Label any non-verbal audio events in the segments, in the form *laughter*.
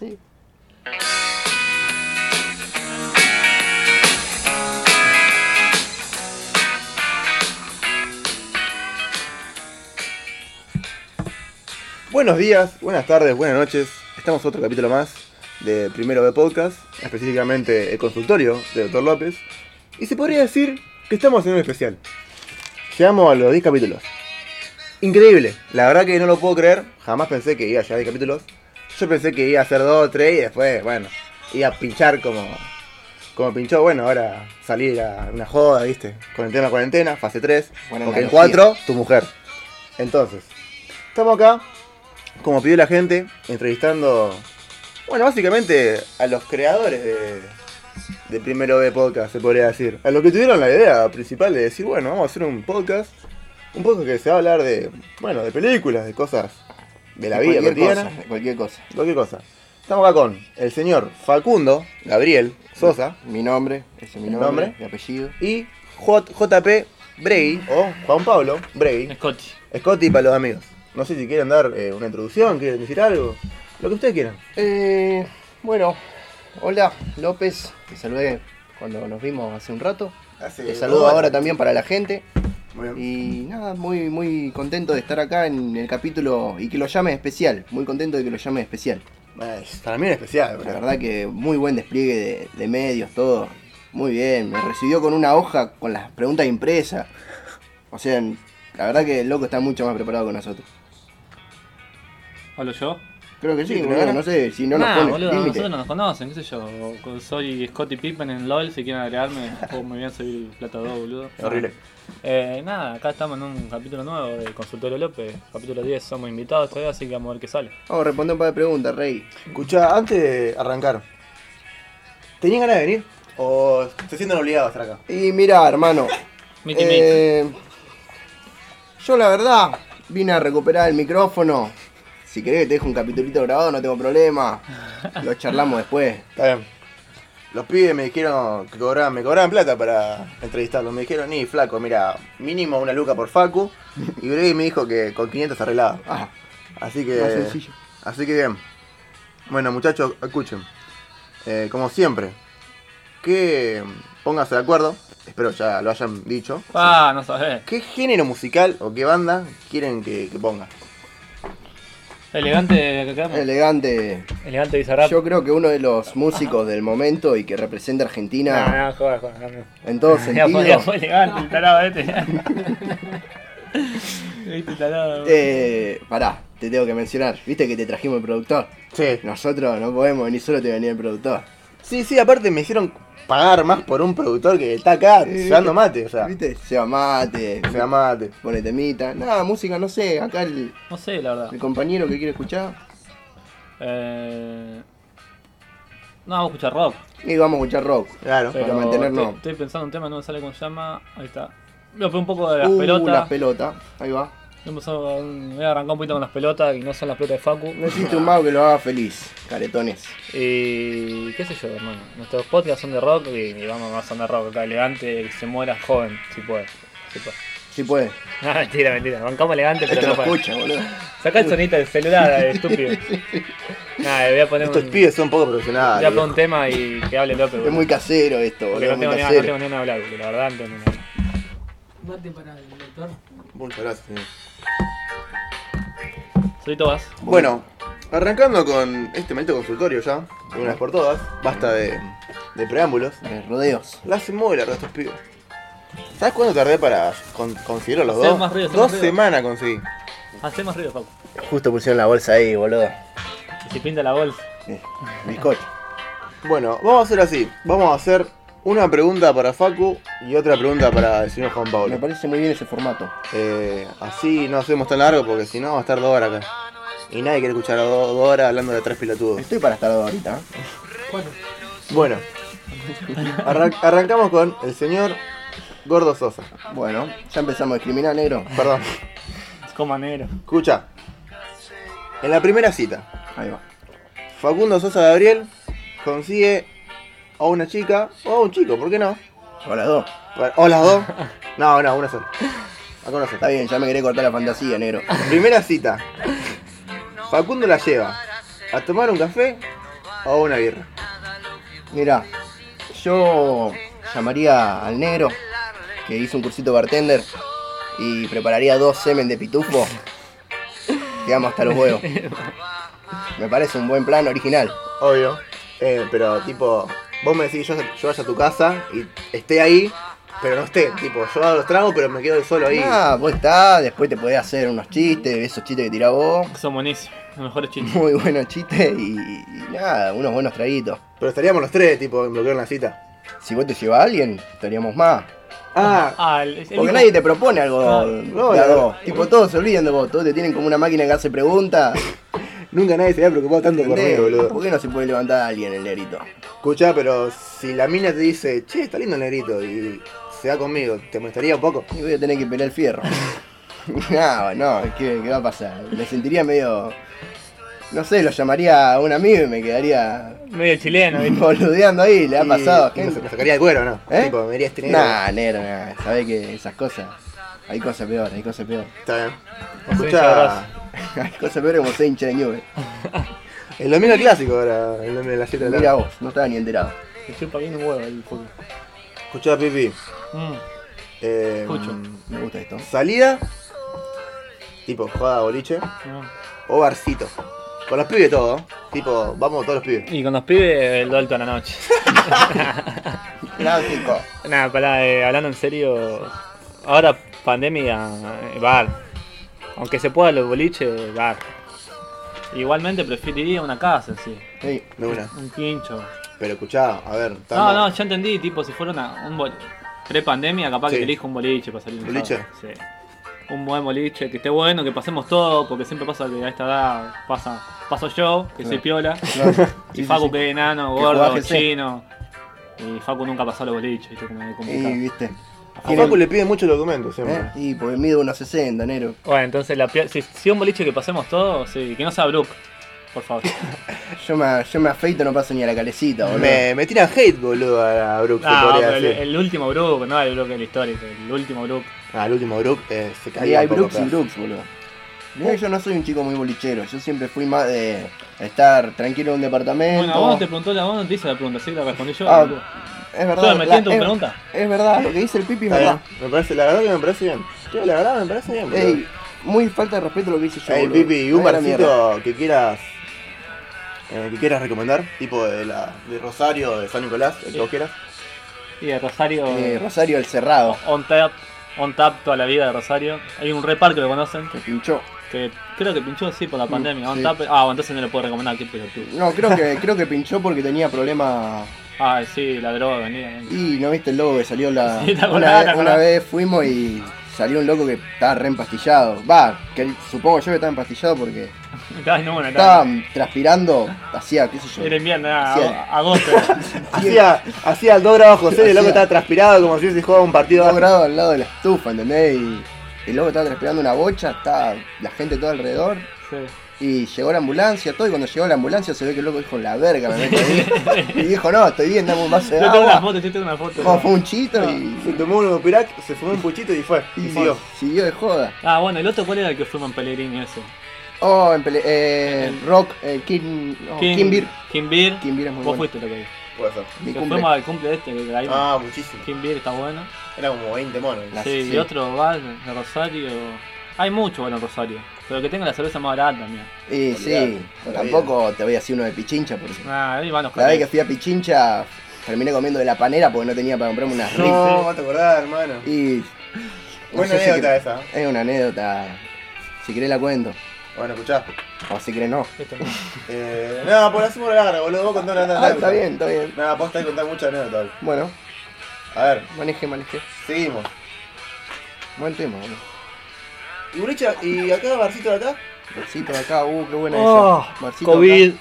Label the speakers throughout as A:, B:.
A: Sí.
B: Buenos días, buenas tardes, buenas noches. Estamos en otro capítulo más de Primero B Podcast, específicamente el consultorio de Dr. López. Y se podría decir que estamos en un especial. Llegamos a los 10 capítulos. Increíble, la verdad que no lo puedo creer. Jamás pensé que iba a llegar a 10 capítulos. Yo pensé que iba a hacer 2 o 3 y después, bueno, iba a pinchar como, como pinchó. Bueno, ahora salir a una joda, ¿viste? Cuarentena, cuarentena, fase 3.
C: Buena
B: porque en
C: analogía.
B: 4, tu mujer. Entonces, estamos acá como pidió la gente, entrevistando, bueno, básicamente a los creadores de, de Primero B Podcast, se podría decir. A los que tuvieron la idea principal de decir, bueno, vamos a hacer un podcast, un podcast que se va a hablar de, bueno, de películas, de cosas de la vida
C: cualquier
B: cotidiana,
C: cosa, de cualquier cosa.
B: cualquier cosa. Estamos acá con el señor Facundo Gabriel Sosa
C: Mi nombre, ese es mi
B: ¿El
C: nombre,
B: nombre?
C: mi apellido.
B: y J- JP Brey, o Juan Pablo Brey,
D: Scotty.
B: Scotty para los amigos. No sé si quieren dar eh, una introducción, quieren decir algo, lo que ustedes quieran.
C: Eh, bueno, hola López, te saludé cuando nos vimos hace un rato. Te saludo ahora también para la gente.
B: Muy bien.
C: Y nada, muy, muy contento de estar acá en el capítulo y que lo llame especial. Muy contento de que lo llame especial.
B: Eh, Para mí es especial,
C: La verdad que muy buen despliegue de, de medios, todo. Muy bien, me recibió con una hoja con las preguntas impresas. O sea, la verdad que el loco está mucho más preparado que nosotros.
D: ¿Hablo yo?
C: Creo que sí,
B: Sí,
C: boludo,
B: claro.
C: no sé, si no nos
D: Nah,
C: ponen
D: Ah, boludo,
C: límite.
D: nosotros no nos conocen, qué sé yo. Co- Soy Scotty Pippen en LOL, si quieren
C: *laughs*
D: agregarme, o muy bien soy Plata 2, boludo.
B: Horrible.
D: Eh, nada, acá estamos en un capítulo nuevo de Consultorio López, capítulo 10, somos invitados todavía, así que vamos a ver qué sale.
C: Vamos, responde un par de preguntas, Rey.
B: Escucha, antes de arrancar, ¿tenían ganas de venir? ¿O se sienten obligados a estar acá?
C: Y mira, hermano.
D: Miti
C: eh, yo la verdad vine a recuperar el micrófono. Si querés que te dejo un capitulito grabado, no tengo problema. Lo charlamos después.
B: Está bien. Los pibes me dijeron que cobraban, me cobraban plata para entrevistarlos. Me dijeron, ni flaco, mira, mínimo una luca por Facu. Y Grey me dijo que con 500 se arreglaba.
C: Ah,
B: Así
C: más
B: que.
C: sencillo.
B: Así que bien. Bueno, muchachos, escuchen. Eh, como siempre, que pónganse de acuerdo. Espero ya lo hayan dicho.
D: Ah, no sabés.
B: ¿Qué género musical o qué banda quieren que, que ponga?
D: Elegante, que quedamos.
C: Elegante.
D: Elegante bizarrap.
C: Eh, Yo creo que uno de los músicos del momento y que representa a Argentina
D: Nah, no, joder, joder. *laughs* no.
C: en todo
D: Ya
C: sentido.
D: fue, ya fue elegante, el
C: *laughs*
D: tarado este. Este tarado.
C: Eh, pará, te tengo que mencionar. Viste que te trajimos el productor.
B: Sí.
C: Nosotros no podemos venir solo, te va a venir el productor.
B: Sí, sí, aparte me hicieron pagar más por un productor que está acá
C: Eh,
B: llevando mate, o sea.
C: ¿Viste? Lleva mate,
B: Se llama mate.
C: pone temita. Nada, música, no sé. Acá el,
D: No sé, la verdad.
C: el compañero que quiere escuchar.
D: Eh... No, vamos a escuchar rock.
C: Y vamos a escuchar rock.
B: Claro.
D: Pero
C: Para mantenernos.
D: Estoy, estoy pensando en un tema, no me sale cómo se llama. Ahí está. Voy a poner un poco de las
C: Uh,
D: pelotas.
C: las pelotas. Ahí va.
D: Voy a empezar- voy a arrancar un poquito con las pelotas, que no son las pelotas
C: *laughs*
D: de Facu.
C: No existe un mago que lo haga feliz. Caretones.
D: Y qué sé yo, hermano. Nuestros podcasts son de rock y, y vamos a sonar rock acá elegante, que se muera joven, si puede. Si puede. *laughs*
C: Si puede.
D: No, mentira, mentira. Bancamos elegante, pero
C: Esto Este lo
D: no puede.
C: escucha, boludo.
D: Sacá el sonito
C: *laughs*
D: del celular, eh, estúpido. Nada, voy a poner
B: Estos
D: un,
B: pibes son poco
D: voy a
B: profesionales.
D: poner un tema y que hable López.
C: Es muy casero esto, boludo.
D: Porque no
C: es muy
D: tengo, ni, no
C: casero.
D: tengo ni ganas de hablar, porque la verdad no tengo ni ganas.
A: Mate para el doctor.
B: Muchas gracias, señor.
D: Soy Tobas.
B: Bueno, arrancando con este maldito consultorio ya, de una vez por todas, basta de, de preámbulos.
C: Eh, rodeos.
B: La hacen muy larga estos pibes. ¿Sabes cuánto tardé para con- conseguirlos los
D: Hacé
B: dos?
D: más ruido, hacé
B: dos
D: más ruido.
B: semanas conseguí.
D: Hacé más ruido, Facu.
C: Justo pusieron la bolsa ahí, boludo.
D: Y si pinta la bolsa.
C: Eh, bizcocho.
B: Bueno, vamos a hacer así. Vamos a hacer una pregunta para Facu y otra pregunta para el señor Juan
C: Me
B: Pablo.
C: parece muy bien ese formato.
B: Eh, así no hacemos tan largo porque si no va a estar dos horas acá. Y nadie quiere escuchar a do- dos horas hablando de tres pilotudos.
C: Estoy para estar ahorita. ¿eh?
A: Cuatro.
B: Bueno, arran- arrancamos con el señor Gordo Sosa.
C: Bueno, ya empezamos a discriminar, negro.
B: Perdón,
D: Coma negro.
B: escucha. En la primera cita,
C: Ahí va.
B: Facundo Sosa Gabriel consigue a una chica o a un chico, ¿por qué no?
C: O las dos.
B: Bueno, O las dos. No, no, una sola. Acá una sola.
C: Está bien, ya me querés cortar la fantasía, negro.
B: Primera cita. Facundo la lleva a tomar un café o una birra.
C: Mira, yo llamaría al negro que hizo un cursito bartender y prepararía dos semen de pitufo. Quedamos hasta los huevos. Me parece un buen plan original.
B: Obvio. Eh, pero tipo, vos me decís, yo, yo vaya a tu casa y esté ahí, pero no esté. Tipo, yo hago los tragos, pero me quedo solo ahí.
C: Ah, vos está, después te podés hacer unos chistes, esos chistes que tirás vos.
D: Son buenísimos, los mejores *laughs* chistes.
C: Muy buenos chistes y, y nada, unos buenos traguitos.
B: Pero estaríamos los tres, tipo, bloquearon la cita.
C: Si vos te llevas a alguien, estaríamos más.
B: Ah,
D: Ah, el, el-
C: Porque nadie te propone algo
D: Ah,
B: no,
C: de
B: la
C: a dos.
B: verdad.
C: Tipo, todos se olvidan de vos, todos te tienen como una máquina que hace preguntas.
B: nunca nadie se había preocupado tanto por mí,
C: ¿Entendés?
B: boludo.
C: ¿Por qué no se puede levantar a alguien el negrito?
B: Escuchá, pero si la mina te dice, che, está lindo el negrito y se da conmigo, ¿te molestaría un poco?
C: Y voy a tener que pelear el fierro. no, no, ¿qué, qué va a pasar? Me sentiría medio. No sé, lo llamaría a un amigo y me quedaría
D: medio chileno, *laughs* ¿viste?
C: boludeando ahí, le ha
B: Y-
C: pasado a
B: y me,
C: gente.
B: me sacaría el cuero, ¿no?
C: ¿Eh?
B: Tipo, me "Este dirías tener.
C: Nah, negro, nah, sabés que esas cosas. Hay cosas peor, hay cosas peor.
B: Está bien.
D: José
B: Escuchá,
D: Chabrás.
C: *laughs* hay cosas peor como ser hincha de Newell.
B: el domingo clásico ahora, el domingo de las 7 de la
C: Mira
B: tarde.
C: vos, no estaba ni enterado.
D: Me chupa bien un huevo el fútbol.
B: Escuchá, Pipi.
D: Mm,
B: Eh,
D: Escucho.
C: Mm, Me gusta esto.
B: Salida, tipo jugada boliche,
D: no.
B: o barcito. Con los pibes todo, ¿eh? tipo, vamos todos los pibes.
D: Y con los pibes, el dolto a la noche.
C: Clásico.
D: *laughs* Nada, pará, eh, hablando en serio, ahora pandemia, eh, bar. Aunque se pueda los boliches, bar. Igualmente preferiría una casa, sí.
C: Sí.
B: De una.
D: Un quincho.
B: Pero escuchá, a ver,
D: No,
B: estamos-
D: no, ya entendí, tipo, si fuera una, un bol... pre-pandemia, capaz
B: Sí.
D: que elijo un boliche para salir. un
B: ¿Boliche?
D: sábado, Sí. Un buen boliche, que esté bueno, que pasemos todo, porque siempre pasa que a esta edad pasa, paso yo, que soy
C: Claro.
D: piola,
C: Claro.
D: *laughs*
C: *laughs*
D: y
C: Sí,
D: Facu
C: sí, sí.
D: que es enano,
C: Que
D: gordo,
C: jugás GC.
D: chino. Y Facu nunca pasó a los boliches, viste, como es complicado.
C: Y viste.
B: A Facu le piden muchos documentos siempre.
C: ¿Eh? Y porque mido unos 60, negro.
D: Bueno, entonces la pio- si, si un boliche que pasemos todo, sí, que no sea Brook, por
C: *laughs*
D: favor.
C: Yo me, yo me afeito, no paso ni a la calecita, boludo.
B: Me, me tiran hate, boludo, a Brook, se
D: no,
B: podría
D: pero el,
B: decir.
D: el último Brook, no el Brook de la historia, el último Brook.
B: Ah, el último Brook eh, se
C: Ahí
B: caía
C: hay
B: un poco
C: Brooks y
B: atrás.
C: Brooks, boludo. Mirá que yo no soy un chico muy bolichero, yo siempre fui más de estar tranquilo en un
D: Bueno, a vos
C: departamento.
D: te preguntó la vos, no te hice la pregunta, sí, la respondí yo.
C: Ah,
D: boludo.
C: es
D: Yo
C: verdad.
D: me
C: la-
D: metí en tu
C: es,
D: pregunta.
C: es verdad, lo que dice el Pipi es
B: Está bien,
C: verdad.
B: Me parece, la verdad que me parece bien. Yo, la verdad me parece bien, boludo.
C: Ey, muy falta de respeto lo que dice yo.
B: Ey,
C: boludo.
B: Pipi, ¿y un
C: Ay, la mierda.
B: barcito que quieras eh, que quieras recomendar? Tipo de, la, de Rosario, de San Nicolás, el que
D: Sí.
B: vos quieras.
D: Y de Rosario,
C: Eh, Rosario el Cerrado,
D: on tap, on tap toda la vida de Rosario. Hay un repar que lo conocen,
C: que pinchó.
D: que creo que pinchó sí por la pandemia, on
C: Mm, sí.
D: tap. Ah, bueno, entonces no le puedo recomendar qué pelotudo.
C: No, creo que, creo que pinchó porque tenía problemas.
D: Ah, sí, la droga venía.
C: Y no viste el loco que salió la.
D: Sí, te acordás,
C: una,
D: te
C: vez,
D: acordás.
C: una vez fuimos y salió un loco que estaba re empastillado. Va, que él- supongo yo que estaba empastillado porque
D: *laughs* Estaba en una,
C: estaba
D: estaba.
C: transpirando, hacía, qué sé yo.
D: Era invierno, era
C: Sí.
D: ag-
C: *laughs*
D: agosto.
B: Hacía, hacía el 2 grados José, el loco
C: Hacía-
B: estaba transpirado como si se jugaba un partido.
C: Dos grados al lado de la estufa, ¿entendés? Y el loco estaba transpirando una bocha, estaba la gente todo alrededor.
D: Sí.
C: Y llegó la ambulancia, todo, y cuando llegó la ambulancia se ve que el loco dijo, la verga, me meto ahí. Y dijo, no, estoy bien, dame un vaso de
D: *laughs* Yo tengo una
C: agua.
D: foto, yo tengo una foto. Ah.
C: Como fue un chito
B: Se
C: y,
B: tomó un pirac, se fumó un puchito y fue. Y
C: y
B: siguió.
C: siguió de joda.
D: Ah, bueno, el otro, ¿cuál era el que fuimos en Pellegrini ese?
C: Oh, en pele- eh, Rock, eh, Kim, no, Kimbir.
D: Kimbir.
C: Kimbir es muy
D: Vos
C: bueno.
D: fuiste lo que vi.
B: Puede ser.
C: Mi
D: Que
C: cumple.
D: fuimos al cumple de este, que ahí.
B: Ah, muchísimo.
D: Kimbir está bueno.
B: Era como 20 monos.
C: La- Ah,
D: sí,
C: sí.
D: y otro bar de Rosario. Hay mucho bueno en Rosario. Pero que tenga la cerveza más barata también.
C: Y sí,
B: Olvidate.
C: tampoco te voy a decir uno de Pichincha, porque
D: Ah, ahí van los
C: la vez que
D: caras.
C: fui a Pichincha terminé comiendo de la panera porque no tenía para comprarme unas ricas.
B: No, no te acordás, hermano.
C: Y. no
B: Buena
C: sé si
B: anécdota
C: cre-
B: esa.
C: Es una anécdota. Si querés la cuento.
B: Bueno, escuchá.
C: O si querés no.
D: Esto no.
B: Eh, no, por hacemos la larga, boludo. Vos contás una
C: Ah, está bien, está bien.
B: Nada, vos tenés que contar muchas anécdotas.
C: Bueno,
B: A ver,
C: maneje, maneje.
B: seguimos.
C: Buen tema, boludo.
B: ¿Y Buricha? ¿Y acá, Barcito de acá?
C: Barcito de acá, uh, qué buena
D: Oh,
C: esa. Barcito de
D: COVID.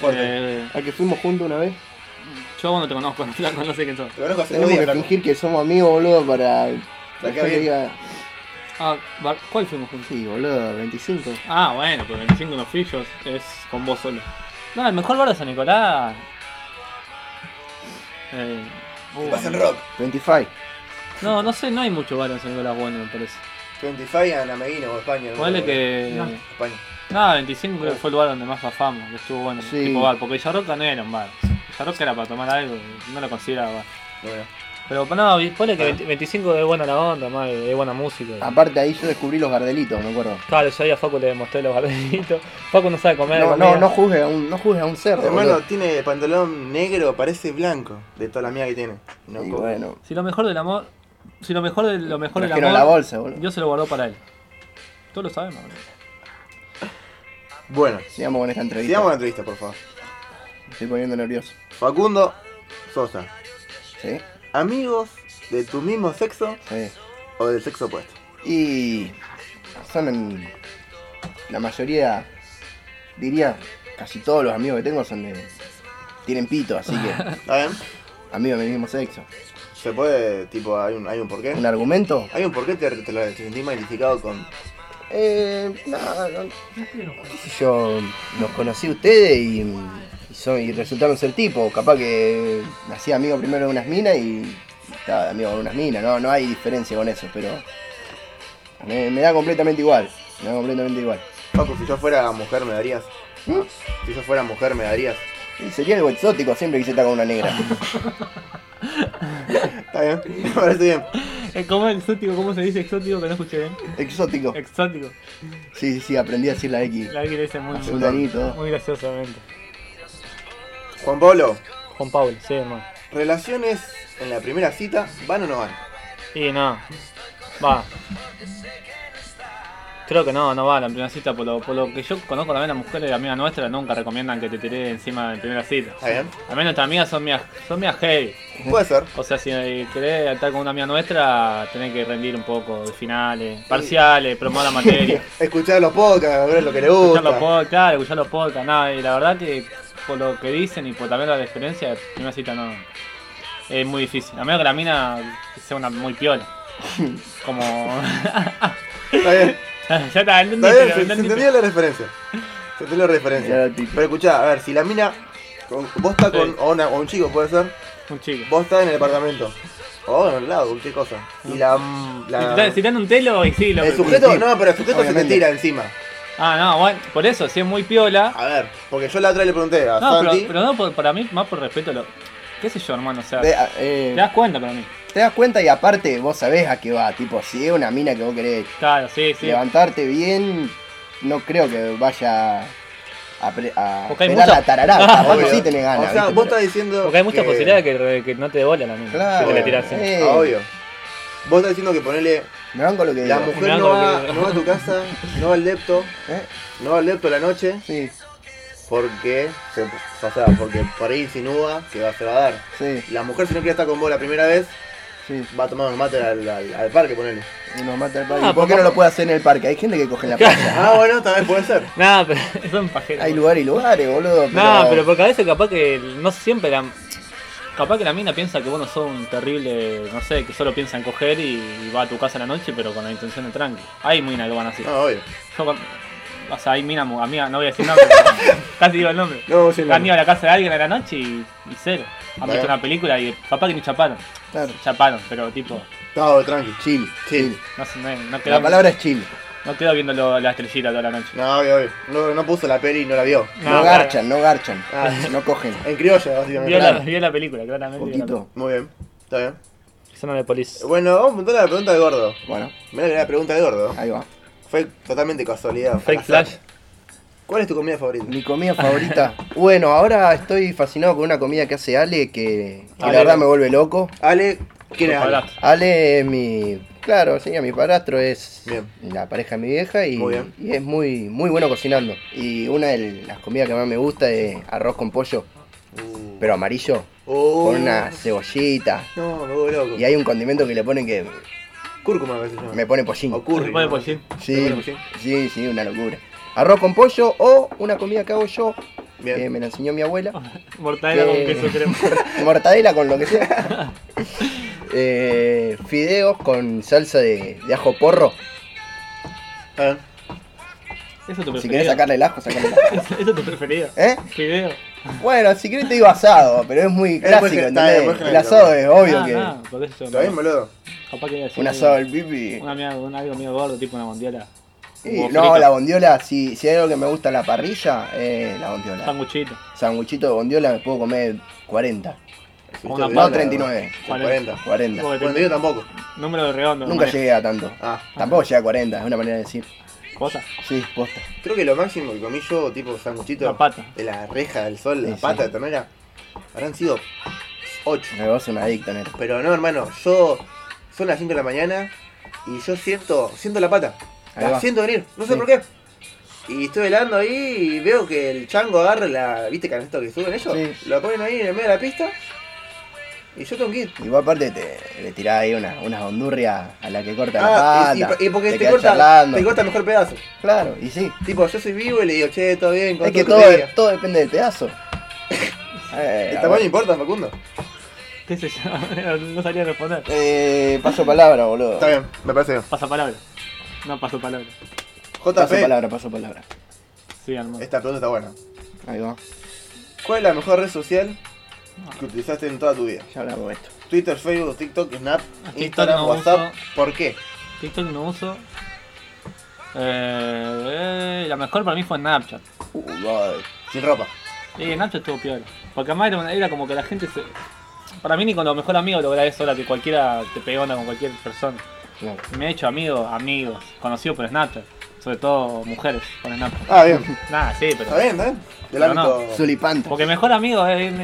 B: Fuerte.
D: Eh,
C: acá. Al que fuimos juntos una vez.
D: yo bueno te conozco, *laughs* no te conozco, sé quién sos.
B: Te conozco hace dos
C: Tenemos
B: días,
C: que
B: flaco.
C: fingir que somos amigos, boludo, para.
B: Está
C: la
B: acá bien.
C: gente diga,
D: Ah, bar- ¿cuál fuimos juntos?
C: Sí, boludo, 25.
D: Ah, bueno, pero 25 no fui yo, es con vos solo. No, el mejor bar de San Nicolás. Eh, uh,
B: Pasa el rock.
C: 25.
D: no, no sé, no hay mucho bar en San Nicolás bueno, me parece.
B: 25 en Ameguino o España. ¿no?
D: Ponele que.
B: España.
D: No, 25 creo que fue el lugar donde más zafamos, que estuvo bueno.
C: Sí.
D: Tipo bar, porque Villarroca no era un bar. Villarroca era para tomar algo, y no lo consideraba bar.
B: Bueno.
D: Pero no, y
C: Ah.
D: ponle que 20 25 es buena la onda, más, es buena música.
C: Aparte ahí yo descubrí los gardelitos, me acuerdo.
D: Claro, yo ahí a Facu le mostré los gardelitos. Facu no sabe comer.
C: No, no,
D: comida.
C: no juzgues a un, no juzgues a un cerdo.
B: Hermano,
C: boludo.
B: tiene pantalón negro, parece blanco, de toda la mía que tiene. No
C: Y
B: como.
C: bueno,
D: Si lo mejor del amor. Si lo mejor de lo mejor del
C: trajeron
D: amor.
C: la bolsa, boludo.
D: Dios se lo guardó para él. Todos lo sabemos, boludo.
B: Bueno,
C: Sigamos con esta entrevista.
B: sigamos la entrevista, por favor.
C: Me Estoy poniendo nervioso.
B: Facundo Sosa,
C: Sí,
B: ¿amigos de tu mismo sexo
C: sí.
B: o del sexo opuesto?
C: Y son en- la mayoría, diría, casi todos los amigos que tengo son de... Tienen pito, así
D: *laughs*
C: que
B: ¿Está bien?
C: amigos del mismo sexo.
B: ¿Se puede, tipo, hay un, hay un porqué?
C: ¿Un argumento?
B: ¿Hay un porqué te, te, lo- te sentís mal identificado con...?
C: Eh, no, no, qué sé yo los conocí a ustedes y, y son, y resultaron ser tipos. Capaz que me hacía amigo primero de unas minas y estaba de amigo de unas minas. No, no hay diferencia con eso, pero me, me da completamente igual. Me da completamente igual.
B: Paco, si yo fuera mujer me darías.
C: ¿Mm?
B: Si yo fuera mujer me darías.
C: Y sería algo exótico, siempre quise estar con una negra.
B: ¿Está bien? *laughs* Me parece bien.
D: Eh, ¿Cómo es exótico? ¿Cómo se dice exótico? Que no escuché bien.
C: Exótico.
D: Exótico.
C: Sí, sí, sí, aprendí a decir la X.
D: La que le dice muy,
C: Sultanito.
D: muy graciosamente.
B: Juan Pablo,
D: Juan Pablo, sí, hermano.
B: ¿relaciones en la primera cita van o no van?
D: Y no. Va. Creo que no, no va la primera cita. Por lo, por lo que yo conozco también las mujeres amigas nuestras nunca recomiendan que te tires encima en primera cita.
B: ¿Está bien?
D: Al menos nuestras amigas son mías, son mías heavy.
B: Puede ser.
D: O sea, si querés estar con una amiga nuestra, tenés que rendir un poco de finales, parciales, promover la materia.
B: Escuchar los podcasts, ver lo que le
D: escuchar los
B: gusta.
D: podcasts, claro, escuchar los podcasts, nada, y la verdad que por lo que dicen y por también la referencia, primera cita no es muy difícil. A menos que la mina sea una muy piola. Como.
B: Está
D: *laughs*
B: bien.
D: ya está, entendí,
B: Está bien,
D: pero
B: se, se
D: entendí,
B: entendió la referencia. Se entendió la
C: Mirá
B: referencia.
C: el tipo.
B: Pero escuchá, a ver, si la mina. con- vos estás con.
D: Sí.
B: O, una- o un chico, puede ser.
D: pero Un chico.
B: Vos estás en el departamento. O en el lado, cualquier cosa. Y la. la-
D: Si te están- Si te dan un telo, y sí, lo
B: el sujeto. No, pero el sujeto se te
C: Obviamente.
B: tira encima.
D: Ah, no, bueno, por eso, si es muy piola.
B: A ver, porque yo la otra le pregunté a
D: No, pero,
B: Ah, Santi.
D: pero no por- para mí, más por respeto, a lo, qué sé yo, hermano, o sea,
C: Ve,
D: te
C: a- eh,
D: das cuenta para mí.
C: te das cuenta y aparte vos sabés a qué va. Tipo, si es una mina que vos querés
D: Claro, sí, sí.
C: levantarte bien, no creo que vaya a, pre- a
D: Porque hay
C: pelar
D: mucha- Ah,
C: la tarará. Capaz que
B: Obvio.
C: Ah, sí tenés ganas.
B: O sea,
C: ¿viste?
B: vos
C: Pero-
B: estás diciendo.
D: Porque hay muchas
B: que- Ah,
D: posibilidades que, re- que no te devuelva la mina.
C: Claro.
D: Si te la tirás encima.
C: Eh,
B: Obvio. Vos estás diciendo que ponele.
C: Me banco lo que
B: La
C: digo.
B: mujer
D: Me
B: no
D: hago
B: va,
D: que-
B: no va a tu casa, no va al lepto,
C: ¿Eh?
B: no va al lepto a la noche.
C: Sí,
B: Porque. Se, o sea, porque por ahí insinúa que va, se va a dar.
C: sí,
B: La mujer, si no quiere estar con vos la primera vez,
C: sí.
B: va a tomar un mate al, al- al parque, ponele.
C: Y nos mata el parque.
D: Ah,
C: ¿Y ¿Por qué
D: papá.
C: no lo puede hacer en el parque? Hay gente que coge en la
D: *laughs*
C: playa.
B: Ah, bueno, también puede ser.
D: Nada, pero *laughs* son pajeros.
C: Hay lugares y lugares, boludo. Pero...
D: Nada, pero porque a veces capaz que no siempre la. Capaz que la mina piensa que vos no sos un terrible, no sé, que solo piensa en coger y, y va a tu casa a la noche, pero con la intención de tranqui. Hay minas que van así.
B: No, obvio.
D: Yo con- o sea, hay minas, mu- amiga, no voy a decir nombre,
C: *laughs*
D: pero casi digo el nombre.
B: No, sí,
D: Que Han ido a la casa de alguien a la noche y, y cero. Han
B: Bueno.
D: visto una película y capaz que ni chaparon.
C: Claro.
D: Chaparon, pero tipo,
B: Todo tranqui.
C: Chill, chill.
D: no, sé, no, no quedó,
C: La palabra es chill.
D: no quedó viendo lo- la estrellita toda la noche.
B: No, obvio, obvio. No, no puso la peli y no la vio.
C: No,
D: No,
C: garchan, no garchan.
B: Ah.
C: *laughs* No cogen.
B: En criolla, básicamente.
D: Vio la,
B: Claro.
D: vio la película, claramente. vio la
C: Poquito.
B: Muy bien. Está bien.
D: película. Zona de polis.
B: Bueno, vamos a preguntar a la pregunta de gordo.
C: Bueno,
B: Mirá que era la pregunta de gordo.
C: ahí va.
B: Fue totalmente casualidad.
D: Fake
B: al azar.
D: flash.
B: ¿Cuál es tu comida favorita?
C: Mi comida
D: *laughs*
C: favorita. Bueno, ahora estoy fascinado con una comida que hace Ale que, que
D: Ale.
C: la verdad me vuelve loco.
B: Ale, ¿quién es Ale?
D: Padrastro.
C: Ale es mi. Claro, sí, mi padrastro es
B: Bien.
C: la pareja de mi vieja y,
B: Muy bien.
C: y es muy, muy bueno cocinando. Y una de las comidas que más me gusta es arroz con pollo,
B: Uh.
C: pero amarillo,
B: Oh.
C: con una cebollita.
B: No, me vuelvo loco.
C: Y hay un condimento que le ponen que
B: Cúrcuma a veces.
C: me pone pollín.
B: O
D: Se
B: curry.
D: pone
B: ¿no?
D: pollín.
C: Sí,
B: ponen pollín?
C: sí, sí, una locura. Arroz con pollo o una comida que hago yo,
B: Bien.
C: que me la enseñó mi abuela. *laughs*
D: Mortadela con
C: Eh.
D: queso
C: *laughs*
D: crema.
C: Mortadela con lo
B: *laughs*
C: que sea. Eh, fideos con salsa de, de ajo porro.
B: Está bien.
D: Eso es tu preferido.
C: Si querés sacarle el ajo, sacarle el ajo.
D: Eso es tu preferido.
C: ¿Eh?
D: Fideo.
C: Bueno, si querés te digo asado, pero es muy
B: Eh, pues,
C: clásico,
B: está bien,
C: ¿entendés?
B: pues,
C: el
B: claro.
C: asado es obvio
D: Ah,
C: que.
D: ah, porque eso
B: ¿Está bien,
D: no.
B: boludo?
D: Capaz que iba a decir
C: Un asado del pipi.
D: Una mía- un algo mío gordo, tipo una mondiola.
C: Y,
D: Huevo
C: no,
D: frito.
C: la bondiola, si, si hay algo que me gusta en la parrilla, es la bondiola.
D: Sanguchito.
C: Sanguchito de bondiola me puedo comer 40.
D: Una
B: Subiste
C: No,
D: Claro.
B: de-
C: 39.
D: Cuarenta.
B: 40.
C: 40.
D: Porque
B: Bueno, yo tampoco.
D: Número redondo.
C: Nunca
D: manejo.
C: llegué a tanto.
B: Ah,
C: Tampoco llegué a 40, es una manera de decir.
D: Cosa.
C: Sí, posta.
B: creo que lo máximo que comí yo, tipo sanguchito.
D: La pata.
B: De la reja del sol,
C: Sí,
B: la
C: sí.
B: pata de ternera. Habrán sido 8.
C: Me vos un adicto, neta.
B: Pero no, hermano, yo. Son las 5 de la mañana y yo siento siento la pata.
C: Ahí
B: la
C: va.
B: siento venir, no sé
C: Sí.
B: por qué. Y estoy velando ahí y veo que el chango agarra la. ¿Viste canasto que suben ellos?
C: Sí.
B: Lo ponen ahí en el medio de la pista. Y yo tengo que ir.
C: Y vos aparte te, le tirás ahí una, unas hondurrias a la que corta
B: Ah, y,
C: la pata.
B: y- y porque te,
C: quedás
B: corta,
C: charlando.
B: te corta mejor pedazo.
C: Claro, y sí.
B: Tipo, yo soy vivo y le digo, che, todo bien, con
C: Es que
B: tu
C: todo,
B: cría?".
C: todo depende del pedazo. Eh,
B: El
C: a
B: tamaño
C: ver.
B: importa, Facundo.
D: ¿Qué sé yo? *laughs* no salía a responder.
C: Eh, paso palabra, boludo.
B: Está bien, me parece bien.
D: Pasa palabra. No pasó palabra.
C: Paso
B: JP,
C: palabra, paso palabra.
D: Sí, hermano.
C: Eh.
B: esta pregunta está buena.
C: Ahí va.
B: ¿Cuál es la mejor red social que utilizaste en toda tu vida?
C: Ya hablamos de esto.
B: Twitter, Facebook, TikTok, Snap,
D: Ah, TikTok
B: Instagram,
D: no
B: WhatsApp.
D: uso.
B: ¿Por qué?
D: TikTok no uso. Eh, eh, la mejor para mí fue Snapchat.
C: Uh, God.
B: Sin ropa.
D: Y Snapchat estuvo peor. Porque además era, una- era como que la gente se. Para mí ni con los mejores amigos lográs eso, ahora que cualquiera te pega onda con cualquier persona.
C: No.
D: Me he hecho amigos, amigos, conocidos por Snapchat. Sobre todo mujeres por Snapchat.
B: Ah, bien.
D: Nada, sí, pero.
B: Está bien, está bien. Del
D: Pero
B: ámbito.
C: Zulipanta.
D: Porque mejor amigo es- es-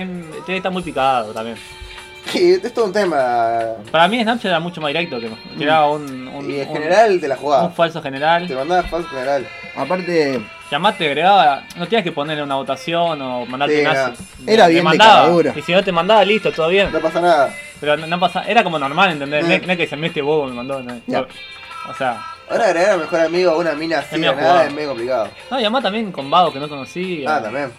D: es- está muy picado también.
B: Sí, es todo un tema.
D: Para mí Snapchat era mucho más directo que que era un, un,
B: Mm. Y en
D: un-
B: general te la
D: un
B: jugabas.
D: falso general.
B: Te mandabas falso general.
C: Aparte,
D: Y además te agregaba, no tenías que ponerle una votación o mandarte
B: Sí,
D: un
B: era-
D: así.
C: era bien de caradura.
D: Y si no te mandaba, listo, todo bien.
B: No pasa nada.
D: Pero no, no pasa, era como normal, ¿entendés?
B: Mm.
D: No, es- no es que se me este bobo me mandó. no es-
C: Ya.
D: O sea,
B: Ahora agregar a mejor amigo a una mina así de
D: medio
B: nada
D: jugado.
B: es medio complicado.
D: no, y además también con Vago que no conocía.
B: Ah, también.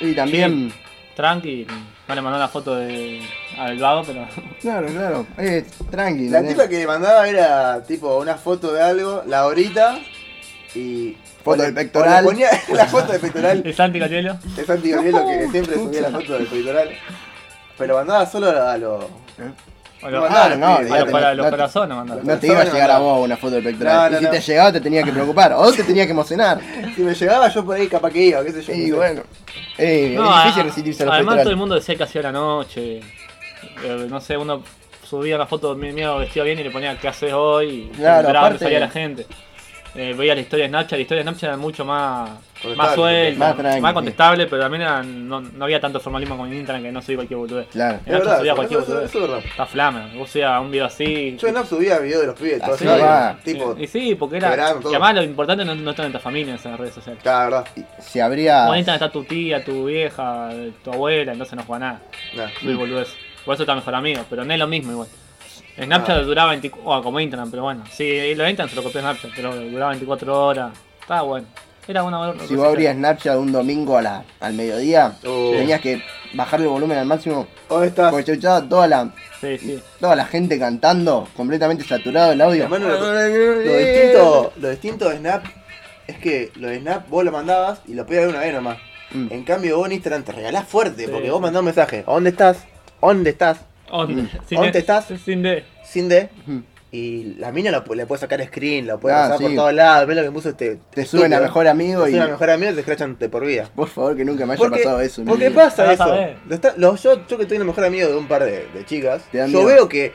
C: y también.
D: Tranqui, no le mandó la foto de, al Vago, pero.
C: Claro, claro. Eh, tranqui.
B: La
C: ¿eh?
B: tipa que le mandaba era tipo una foto de algo, la horita y.
C: Foto
B: o le-
C: del pectoral.
B: o le ponía *laughs* la foto del
C: *laughs*
D: *laughs*
B: pectoral.
D: El Santi Catielo.
B: Es Santi Gabrielo que siempre subía la foto del pectoral. Pero mandaba solo a los. No,
D: O lo-
B: ah, no,
D: a los,
B: olvídate,
D: para- los
C: no te-
D: corazones mandó.
C: No te iba a llegar a vos una foto del pectoral.
B: No, no,
C: y si te
B: no.
C: llegaba te tenía que preocupar. O te tenía que emocionar.
B: Si me llegaba yo por ahí capaz que iba, qué sé yo. no
C: Y
B: sé.
C: bueno. Eh,
D: No,
C: es
D: a-
C: difícil recibirse a los
D: Además, todo el
C: pectorales.
D: mundo decía que hacía la noche. Eh, no sé, uno subía la foto de mío vestido bien y le ponía qué haces hoy. Y
C: Claro,
D: entraba,
C: aparte-
D: salía la gente. Eh, veía la historia de Snapchat. La historia de Snapchat era mucho más,
B: Contestable,
D: más suelta,
C: más
D: más,
C: tranqui, sí.
D: contestable, pero también era- no, no había tanto formalismo como en Instagram que no subía cualquier boludez.
C: Claro.
B: Es
D: En Snapchat
B: verdad,
D: subía
B: eso-
D: cualquier
B: eso-
D: boludez.
B: eso es verdad.
D: Está flama, vos subías un video así.
B: Yo en app subía videos de los pibes, todo
C: Así
B: eso,
C: va.
B: y- tipo.
D: y, y sí, porque era.
B: Instagram,
D: y
B: todo.
D: además, lo importante no, no estar en tu familia en esas redes sociales.
B: Claro, verdad.
C: Si habría.
D: Como en Instagram está tu tía, tu vieja, tu abuela, entonces no juega nada.
B: Nah.
D: Muy boludez. Por eso está mejor amigo, pero no es lo mismo igual. Snapchat
B: Ah.
D: duraba 24 horas, como Instagram, pero bueno. Sí, lo de Instagram se lo copió Snapchat, pero duraba 24 horas. Estaba bueno. Era una buena
C: Si
D: cosa.
C: vos abrías Snapchat un domingo a la, al mediodía,
B: Oh.
C: tenías que bajarle el volumen al máximo.
B: ¿Dónde estás?
C: Porque yo escuchaba toda la,
D: Sí, sí.
C: toda la gente cantando, completamente saturado el audio.
B: Hermano, Lo distinto, lo distinto de Snap es que lo de Snap vos lo mandabas y lo pedías una vez nomás.
C: Mm.
B: En cambio vos en Instagram te regalás fuerte,
D: Sí.
B: porque vos mandás un mensaje. ¿Dónde estás? ¿Dónde estás?
D: ¿Dónde?
B: ¿Dónde estás?
D: *laughs* Sin D.
B: Sin D.
C: Mm.
B: Y la mina lo pu- le puede sacar screen, lo puede
C: Ah,
B: pasar por
C: sí.
B: todos lados, ves lo que puso este.
C: Te suben a
B: estúpido.
C: mejor amigo
B: Te
C: y.
B: suben a mejor amigo y te escrachan de por vida.
C: Por favor, que nunca me haya
B: Porque,
C: pasado eso. en
B: porque
C: mi vida.
B: pasa
D: Vas a
B: eso.
D: ver.
B: Lo está- lo- yo, yo que estoy el mejor amigo de un par de, de chicas,
C: Te dan
B: yo
C: miedo.
B: veo que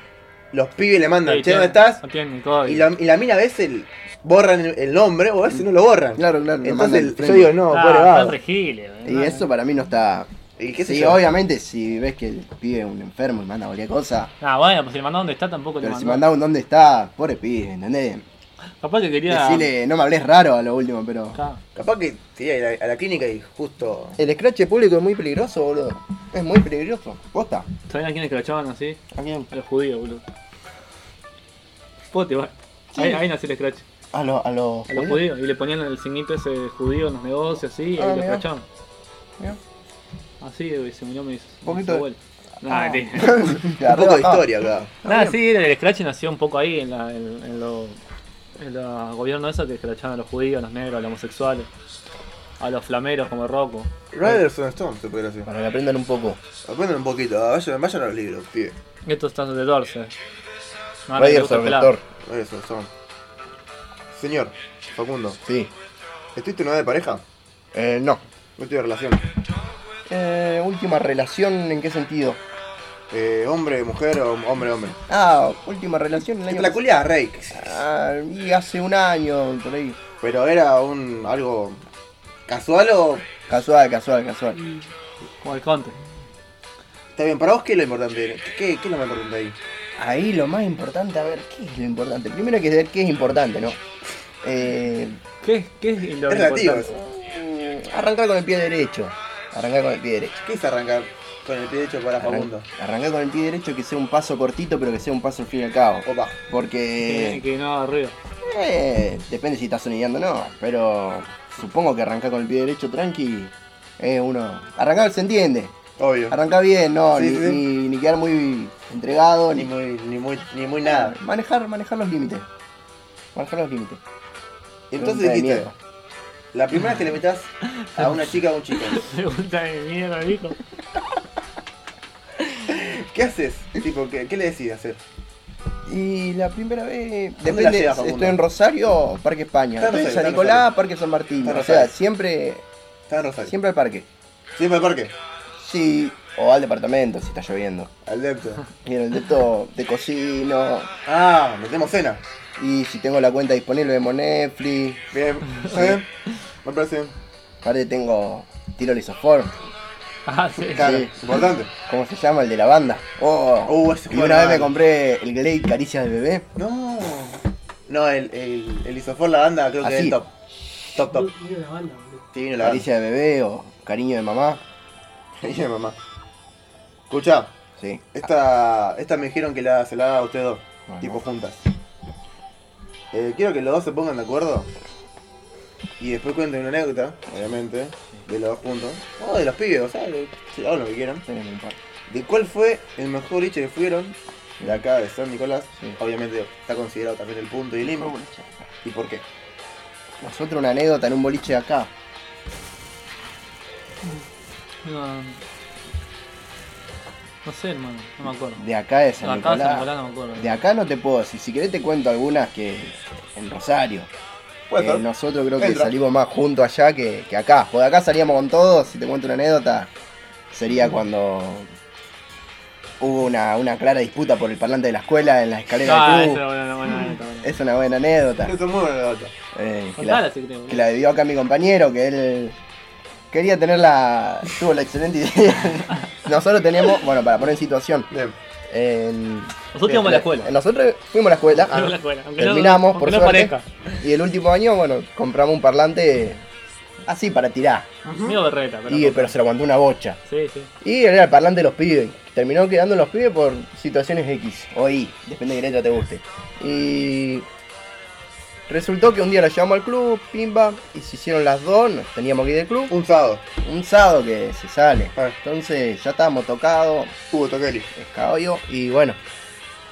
B: los pibes le mandan,
D: Sí,
B: che,
D: tienen-
B: ¿dónde estás?
D: No tienen ni código.
B: Y la, y la mina a veces el- borran el, el nombre o a veces no lo borran.
C: Claro, claro. lo mandan
B: Entonces el-
C: al
B: yo
C: frente.
B: digo, no,
D: Ah,
B: pobre
D: están
B: vago.
D: re giles, ¿verdad?
C: Y eso para mí no está.
B: Y qué sé
C: sí,
B: yo.
C: obviamente, si ves que el pibe es un enfermo y manda cualquier cosa.
D: Ah, bueno, pues si le mandó dónde está tampoco le
C: Pero si
D: mandó.
C: mandaba un dónde está, pobre pibe, ¿entendés?
D: Capaz que quería.
C: Decirle, no me hables raro a lo último, pero.
D: Acá.
B: Capaz que te iba a ir a, a la clínica y justo.
C: El scratch público es muy peligroso, boludo. Es muy peligroso. ¿Posta?
D: ¿Sabían a quiénes que lo echaban así?
C: ¿A quién?
D: A los judíos, boludo. Pote, va. Ahí, ahí nació el scratch.
C: A los. A ¿eh? los.
D: A los
C: *laughs*
D: judíos, y le ponían el signito ese de judío en los negocios, así, y
C: Ah,
D: ahí lo
C: mirá.
D: cachaban.
C: Mirá.
D: Así, y se murió mi
C: Un poquito de-
D: Nada,
C: Ah.
D: sí.
C: *laughs*
B: Un poco de historia acá.
D: Nada, sí, el scratch nació un poco ahí en, la, en, en los en los gobiernos esos que scratchaban a los judíos, a los negros, a los homosexuales, a los flameros como Rocco.
B: Riders on Stone se puede decir.
C: Para que aprendan un poco.
B: Aprendan un poquito, ah, vayan, vayan a los libros, pibe.
D: Estos están de Dorse.
C: Raiders of the Storm.
B: Riders on Stone. Señor, Facundo,
C: Sí.
B: ¿estuviste una vez de pareja?
C: Eh, no.
B: No tuve relación.
C: Eh, última relación, ¿en qué sentido?
B: Eh, hombre, mujer, o hombre, hombre.
C: Ah, última relación el
B: ¿Te
C: año
B: la culiás, Rey?
C: Ah, y hace un año, por ahí.
B: Pero era un algo casual o
C: Casual, casual, casual.
A: Y
D: Como el conte.
B: está bien para vos qué es lo importante, qué, qué es lo más importante ahí.
C: Ahí lo más importante, a ver, ¿qué es lo importante? Primero hay que ver qué es importante, ¿no? Eh,
D: ¿Qué, qué es lo
B: es relativo.
D: importante?
B: eso.
C: mm, arrancar con el pie derecho. Arrancar con el pie derecho.
B: ¿Qué es arrancar con el pie derecho para
C: Arran-
B: Facundo?
C: arrancar con el pie derecho que sea un paso cortito, pero que sea un paso al fin y al cabo.
B: Opa.
D: Que,
C: Porque.
D: que no haga ruido. *laughs*
C: eh, depende si estás sonideando o no, pero supongo que arrancar con el pie derecho tranqui. Eh, uno. Arrancar se entiende.
B: Obvio.
C: Arrancar bien, no,
B: Sí,
C: ni,
B: sí, sí.
C: ni- ni quedar muy entregado,
B: Ni
C: ni
B: muy, ni muy, ni muy nada.
C: Manejar, manejar los límites. Manejar los límites.
B: Entonces dijiste,
C: Pregunta
B: la primera vez que le metas a
C: *laughs*
B: una chica o un chico,
D: Pregunta de mierda, dijo.
B: ¿qué haces? Tipo, ¿qué, qué le decís hacer?
C: Y la primera vez.
B: ¿Dónde
C: Depende,
B: la llevas, Facundo?
C: estoy en Rosario, Parque España.
B: Está en
C: Estoy en
B: Rosario,
C: San
B: está en
C: Nicolás,
B: Rosario.
C: Parque San Martín.
B: Está en
C: O sea,
B: Rosario.
C: siempre.
B: Estás en Rosario.
C: Siempre al parque.
B: Siempre al parque.
C: Sí. O al departamento si está lloviendo.
B: Al
C: *laughs*
B: depto.
C: Y en el depto te cocino.
B: Ah, metemos cena.
C: Y si tengo la cuenta disponible vemos Netflix.
B: Bien, está bien. Me parece bien.
C: Aparte tengo. Tiro el isoform.
D: Ah, sí.
B: Claro,
C: Sí.
B: importante.
C: ¿Cómo se llama? El de la banda. Oh.
B: Uh, ese
C: y
B: juego
C: una vez
B: era
C: me
B: malo.
C: compré el Glade Caricias del Bebé.
B: No. No, el, el, el isofor, la banda, creo que
C: Así.
B: es top. Top, top.
A: mira la banda, boludo.
B: Sí, vino la banda.
C: Caricia de bebé o cariño de mamá.
B: Cariño de mamá. Escucha,
C: Sí.
B: esta, esta me dijeron que la, se la haga a ustedes dos,
C: Bueno.
B: tipo juntas. Eh, quiero que los dos se pongan de acuerdo. Y después cuenten una anécdota, obviamente, de los dos juntos. O de los pibes, o sea, de- si hagan lo que quieran.
C: Espérenme un par.
B: ¿De cuál fue el mejor liche que fueron? De acá, de San Nicolás.
C: Sí.
B: Obviamente está considerado también el punto y el limbo. ¿Y por qué?
C: Nosotros una anécdota en un boliche de acá.
D: No, no sé, hermano, no me acuerdo.
C: De acá de San
D: Acá de San
C: Nicolás.
D: Nicolás no me acuerdo.
C: De acá no te puedo decir. Si querés te cuento algunas que en Rosario.
B: Puede
C: Eh,
B: ser.
C: nosotros creo que
B: Entra.
C: salimos más juntos allá que, que acá. Porque acá salíamos con todos. Si te cuento una anécdota, sería cuando hubo una, una clara disputa por el parlante de la escuela en la escalera
D: Ah,
C: del
D: esa
C: club.
D: era buena, buena, buena, buena.
C: Es una buena anécdota.
B: Eso es muy buena data.
C: Eh, que la-
D: Contala si querés,
C: que
D: boludo.
C: la vivió acá mi compañero, que él quería tener la. tuvo la excelente idea. *laughs* Nosotros teníamos, bueno, para poner en situación.
B: Bien.
C: en-
D: Nosotros íbamos a la escuela.
C: Nosotros fuimos a la escuela.
D: Fuimos a la escuela, *laughs* aunque no-
C: terminamos,
D: aunque
C: por
D: no
C: suerte.
D: parezca.
C: Y el último año, bueno, compramos un parlante así para tirar.
D: Mío berreta, pero.
C: Y, pero se lo aguantó una bocha.
D: Sí, sí.
C: Y era el parlante de los pibes. Terminó quedando en los pibes por situaciones X o Y, depende de qué letra te guste. Y resultó que un día la llevamos al club, pimba, y se hicieron las dos, nos teníamos que ir del club.
B: Un sábado.
C: Un sábado que se sale.
B: Ah.
C: Entonces ya estábamos tocados,
B: Hugo Toqueli.
C: escabio, y bueno.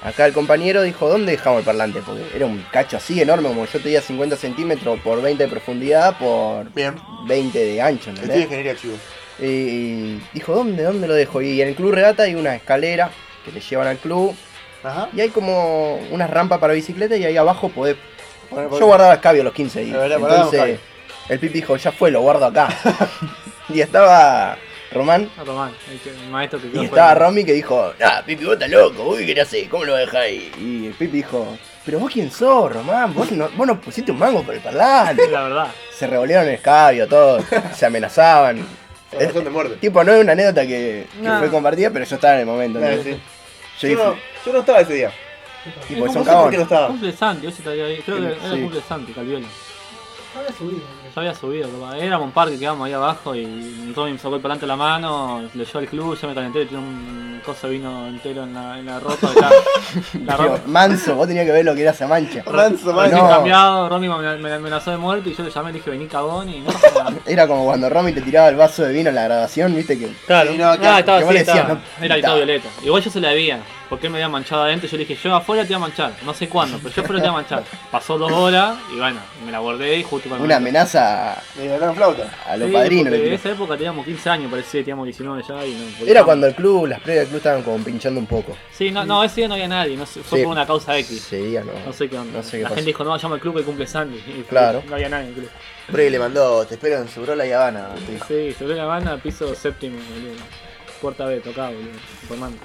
C: Acá el compañero dijo, ¿dónde dejamos el parlante? Porque era un cacho así enorme, como yo tenía 50 centímetros por 20 de profundidad, por
B: Bien.
C: 20 de ancho, ¿entendés?
B: Estoy ingeniería, chicos.
C: Y dijo, ¿dónde? ¿Dónde lo dejo? Y en el club regata hay una escalera que te llevan al club.
B: Ajá.
C: Y hay como una rampa para bicicleta y ahí abajo podés...
B: Poner-
C: Yo guardaba escabio los 15
B: La
C: días.
B: verdad, guardaba
C: Entonces el pipi dijo, ya fue, lo
B: *laughs*
C: guardo acá. y estaba Román.
D: No, Román, el que- el maestro que
C: Y
D: quedó
C: estaba
D: fuera.
C: Romy que dijo, ah, Pipi, vos estás loco, uy, ¿qué hacer? ¿Cómo lo dejás ahí? Y el Pipi dijo, pero vos quién sos, Román, vos no, vos no pusiste un mango por el parlante.
D: La verdad.
C: Se revolearon el escabio, todos, se amenazaban.
B: La razón de muerte.
C: Tipo, no es una anécdota que, que
D: No.
C: fue compartida, pero yo estaba en el momento.
B: Claro,
C: ¿no?
B: sí.
C: Yo
B: Yo,
C: dije,
B: no, yo no estaba ese día.
C: tipo,
B: No
C: son
B: sé por qué no
C: cagones.
B: estaba.
D: Cumple Santi, hoy se estaría ahí. Creo que
C: Sí.
D: era el cumple Santi, Calviola.
A: Ahora subí,
D: Ya había subido, papá. Éramos un par que quedamos ahí abajo y Tommy me sacó el parlante a la mano, le llevó al club, yo me calenté, le tiré un coso de vino entero en la, en la
C: *laughs*
D: ropa. acá.
C: Digo,
D: la ropa.
C: Manso, vos tenías que ver lo que era esa *laughs* mancha.
B: Ranzo,
D: Recién
B: madre.
C: No.
D: cambiado, Romy me me amenazó de muerte y yo le llamé y le dije vení cagón y no
C: *laughs*
D: pasó nada.
C: Era como cuando Romy te tiraba el vaso de vino en la grabación, viste que.
D: Claro,
B: Sí, no,
D: no,
B: qué asco,
D: Ah, estaba
C: que vos
D: así,
C: le decías,
D: estaba.
C: no,
D: Era
C: estaba.
D: todo violeta. Igual yo se la debía, porque él me había manchado adentro. Yo le dije, yo afuera te voy
C: *laughs*
D: a manchar, no sé cuándo, pero yo afuera te voy a manchar. Pasó dos horas y bueno, me la guardé y justo cuando.
C: Una amenaza a,
B: Me ganaron flauta.
C: a los
D: Sí,
C: padrinos. le
D: porque En
C: tiró. Eh,
D: esa época teníamos 15 años, parecía que teníamos 19 ya y no podíamos.
C: Era cuando el club, las previas del club estaban como pinchando un poco.
D: Sí, no, no, ese día no había nadie, no sé, fue
C: Sí.
D: por una causa X.
C: Ese día no.
D: No sé qué onda.
C: No sé qué
D: la
C: pasó.
D: gente dijo, no, llama al club que cumple Sandy. Y
C: Claro.
D: No había nadie en el club.
C: Pre le mandó, te espero en Subrola y Habana.
D: Sí, se ve la banda, piso séptimo, boludo. Puerta B, tocado, boludo. Formando.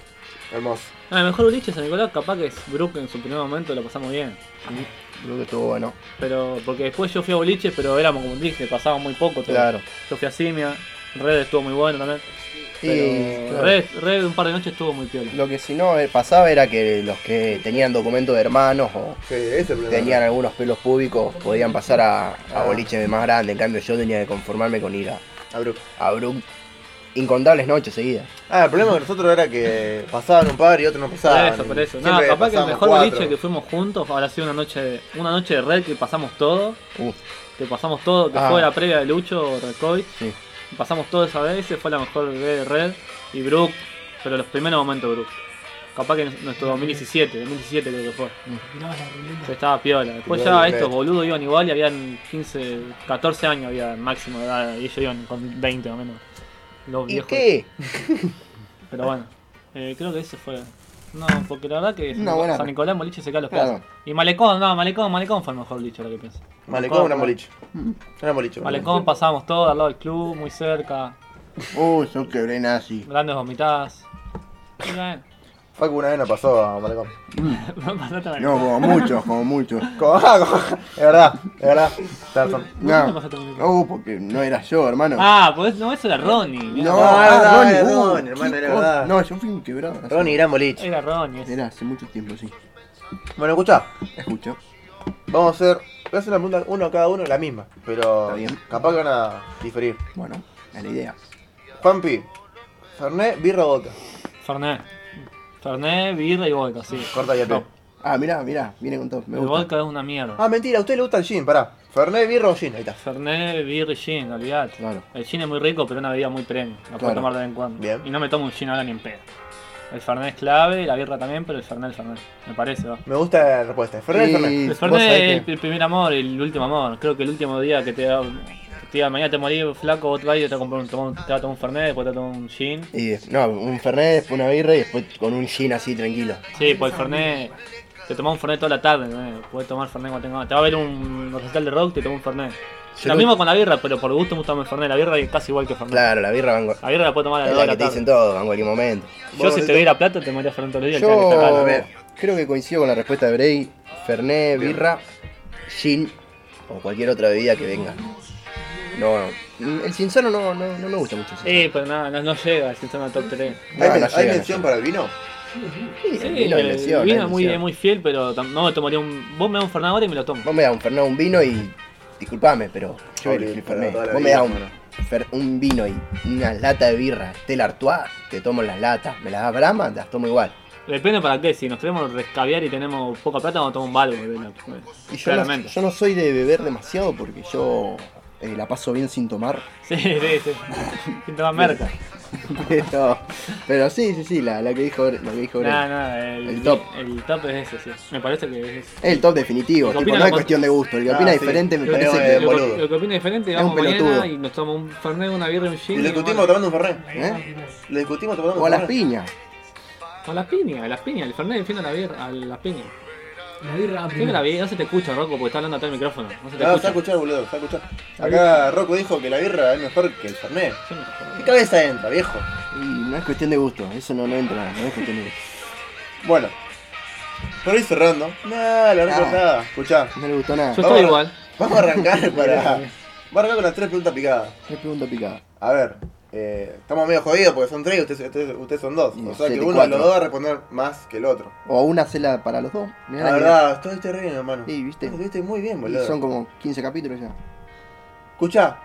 B: Hermoso.
D: Ah, el mejor boliche de San Nicolás, capaz que es Brooklyn en su primer momento, lo pasamos bien.
C: Creo que estuvo bueno.
D: Pero, porque después yo fui a boliche, pero éramos como un dije, pasábamos muy poco todo.
C: Claro.
D: Yo fui a Simia, Red estuvo muy bueno también.
C: Y
D: Pero
C: claro,
D: Red, Red un par de noches estuvo muy piola.
C: lo que si no eh, pasaba era que los que tenían documentos de hermanos o
B: Sí, ese es el problema.
C: tenían algunos pelos públicos podían pasar a, a boliches más grandes. En cambio yo tenía que conformarme con ir a,
B: Abru.
C: a Brook incontables noches seguidas.
B: Ah, el problema de nosotros era que pasaban un par y otros no
D: Por
B: pasaban.
D: eso, por eso. No,
B: Siempre
D: capaz que el
B: pasábamos
D: mejor
B: cuatro.
D: boliche que fuimos juntos habrá sido una noche de, una noche de Red que pasamos todo.
C: Uh,
D: Que pasamos todo, que
C: Ah.
D: fue la previa de Lucho, Recoy.
C: sí.
D: Pasamos todo esa vez, se fue la mejor de Red y Brook, pero los primeros momentos de Brook. Capaz que en nuestro 2017, 2017 creo que fue.
A: Mirabas la ruleta.
D: Se estaba piola.
B: Igual,
D: Después ya
B: igual.
D: estos boludos iban igual y habían 15, 14 años había máximo de edad y ellos iban con 20 o menos. Los
C: ¿Y
D: viejos.
C: qué?
D: Pero bueno, eh, creo que ese fue. No, porque la verdad que
C: Una
D: San-
C: buena-
D: San Nicolás Moliche se cae a los
C: Claro.
D: pedazos. Y Malecón, no, Malecón, Malecón fue el mejor dicho, lo que pienso.
B: Malecón, gran boliche. Gran boliche.
D: Malecón pasábamos todo al lado del club, muy cerca,
C: Uh, yo quebré nazi.
D: grandes vomitadas. Y *laughs* bueno,
B: Facu una vez no pasó a Malecón.
D: pasate a Malecón.
C: como muchos, como muchos.
B: Como, ah, como, es verdad, es verdad. Tenés razón.
D: No. ¿Por qué pasaste a Malecón?
C: No, porque no era yo, hermano.
D: Ah, pues no, eso era Ronnie. mirá.
C: No,
B: No, era
C: ah,
B: Ronnie,
C: Ronnie,
B: Ronnie,
C: uh,
B: hermano,
C: qué
B: era
C: cosa.
B: verdad.
C: No, yo fui un quebrado. hace-
B: Ronnie, gran boliche.
D: Era Ronnie. ese.
C: Era hace mucho tiempo, sí.
B: Bueno, escuchá,
C: Escucho.
B: vamos a hacer. Voy a hacer una pregunta uno a cada uno, la misma. Pero
C: Está bien.
B: capaz que van a diferir.
C: Bueno, es la idea.
B: Pampi, Ferné, birra o boca.
D: Fernet. Fernet, birra y vodka, sí.
B: Corta y
D: No,
B: ató.
C: Ah, mirá, mirá, viene con todo. Me
D: El
C: gusta.
D: vodka es una mierda.
B: Ah, mentira, a usted le gusta el gin, pará. Ferné, birra o gin, ahí está.
D: Fernet, birra y gin, olvidate.
C: Claro.
D: El gin es muy rico, pero es una bebida muy premium. La puedo
C: Claro.
D: tomar de vez en cuando.
B: Bien.
D: Y no me tomo un gin ahora ni en pedo. El Fernet es clave, la birra también, pero el Fernet, el Fernet. Me parece, va.
B: Me gusta la respuesta. Ferné,
C: Y
B: Ferné.
D: El
C: vos
D: Fernet
C: sabés
D: es el,
C: que-
D: el primer amor, el último amor. Creo que el último día que te da. que te diga, mañana te morís flaco, vos te vas y te vas a comprar un, tomar un- te vas a tomar un Fernet, después te vas a tomar un gin.
C: y, no, un Fernet, después una birra y después con un gin así tranquilo.
D: Sí, pues el Fernet. Te tomás un Fernet toda la tarde, ¿no? Puedes tomar Fernet cuando tengas. Te va a ver un recital de rock, te tomas un Fernet.
C: Yo
D: Lo
C: creo-
D: mismo con la birra, pero por gusto me gusta más el Fernet. La birra es casi igual que el Fernet.
C: Claro, la birra van
D: La birra la puedo tomar a
C: es
D: las dos
C: la
D: de
C: que
D: la
C: te dicen
D: tarde.
C: todo, en cualquier momento.
D: Yo, si te diera plata, te moría Fernet todos los días. claro que está
C: Yo
D: claro.
C: creo que coincido con la respuesta de Bray. Fernet, birra, gin o cualquier otra bebida que venga. No, no. el sincero no, no, no me gusta mucho. el sincero.
D: Sí, pero nada, no, no llega el sistema top 3.
C: No, no llega, no llega.
B: para el vino?
C: Sí,
D: Sí, eh,
C: el vino es
D: el
C: lesión,
D: vino
C: es
D: es muy,
C: lesión.
D: es muy fiel, pero tam- no me tomaría un. Vos me das un Fernet ahora y me lo tomo.
C: Vos me das un Fernet, un vino y. Disculpame, pero yo voy a
B: Obvio,
C: elegir
B: pero
C: Fernet.
B: toda la
C: Vos me
B: vida,
C: das un, fer- un vino y una lata de birra, Stella Artois, te tomo las latas. Me las das Brahma, te las tomo igual.
D: Depende para qué, si nos queremos rescaviar y tenemos poca plata, vamos a tomar un balbo. ¿verdad?
C: Y yo, no,
D: Claramente.
C: yo no soy de beber demasiado porque yo eh, la paso bien sin tomar.
D: *laughs*
C: *laughs*
D: Sí, sí, sí. Sin tomar merca.
C: pero, pero sí, sí, sí, la, la que dijo, la que dijo Bray.
D: Nada, nada, el,
C: El top.
D: El top es ese, sí. Me parece que es ese.
C: Es el top definitivo,
D: Lo que
C: tipo,
D: opina
C: no
D: la
C: es
D: con-
C: cuestión de gusto. El que
B: Ah,
C: opina
B: sí.
C: diferente me
B: Yo
C: parece
B: creo, eh,
C: que.
D: Lo,
B: boludo.
D: lo que opina diferente,
C: Es
D: vamos
C: un pelotudo.
D: mañana y nos tomamos un Fernet, una birra y un
B: Y
D: gin.
B: lo
D: y vamos-
B: discutimos tomando un Ferné.
C: ¿eh?
B: Lo discutimos tomando
C: O a
B: un
C: las
B: Ferné.
C: piñas.
D: Con las piñas, las piñas. El Fernet defiende a la birra, a las piñas.
A: La birra.
D: Creo que la birra, no se te escucha, Rocco, porque está hablando atrás del micrófono. No se te
C: Ah,
B: No, se va a
D: escucha.
B: escuchar, boludo, se va a escuchar. Acá Rocco dijo que la birra es mejor que el Fernet.
D: Sí, me jodas.
B: ¿Qué cabeza entra, viejo?
C: Y no es cuestión de gusto, eso no, no entra, no es cuestión de gusto.
B: Bueno, por ir cerrando. No, la verdad
C: Ah.
B: que nada. Escuchá,
C: No le gustó nada.
D: Yo
B: Vamos
D: estoy
B: a-
D: igual.
B: vamos a
C: *laughs*
B: arrancar para. Vamos a arrancar con las tres preguntas picadas.
C: Es pregunta picada.
B: A ver, eh, estamos medio jodidos porque son tres y ustedes, ustedes- ustedes son dos.
C: Y
B: O sea que
C: siete y
B: uno de los
C: cuatro.
B: dos va a responder más que el otro.
C: O una cela para los dos. Mirá
B: La
C: que-
B: verdad, estuviste re bien, hermano.
C: Sí, viste.
B: Estuviste muy bien,
C: y
B: boludo.
C: son como 15 capítulos ya.
B: Escuchá,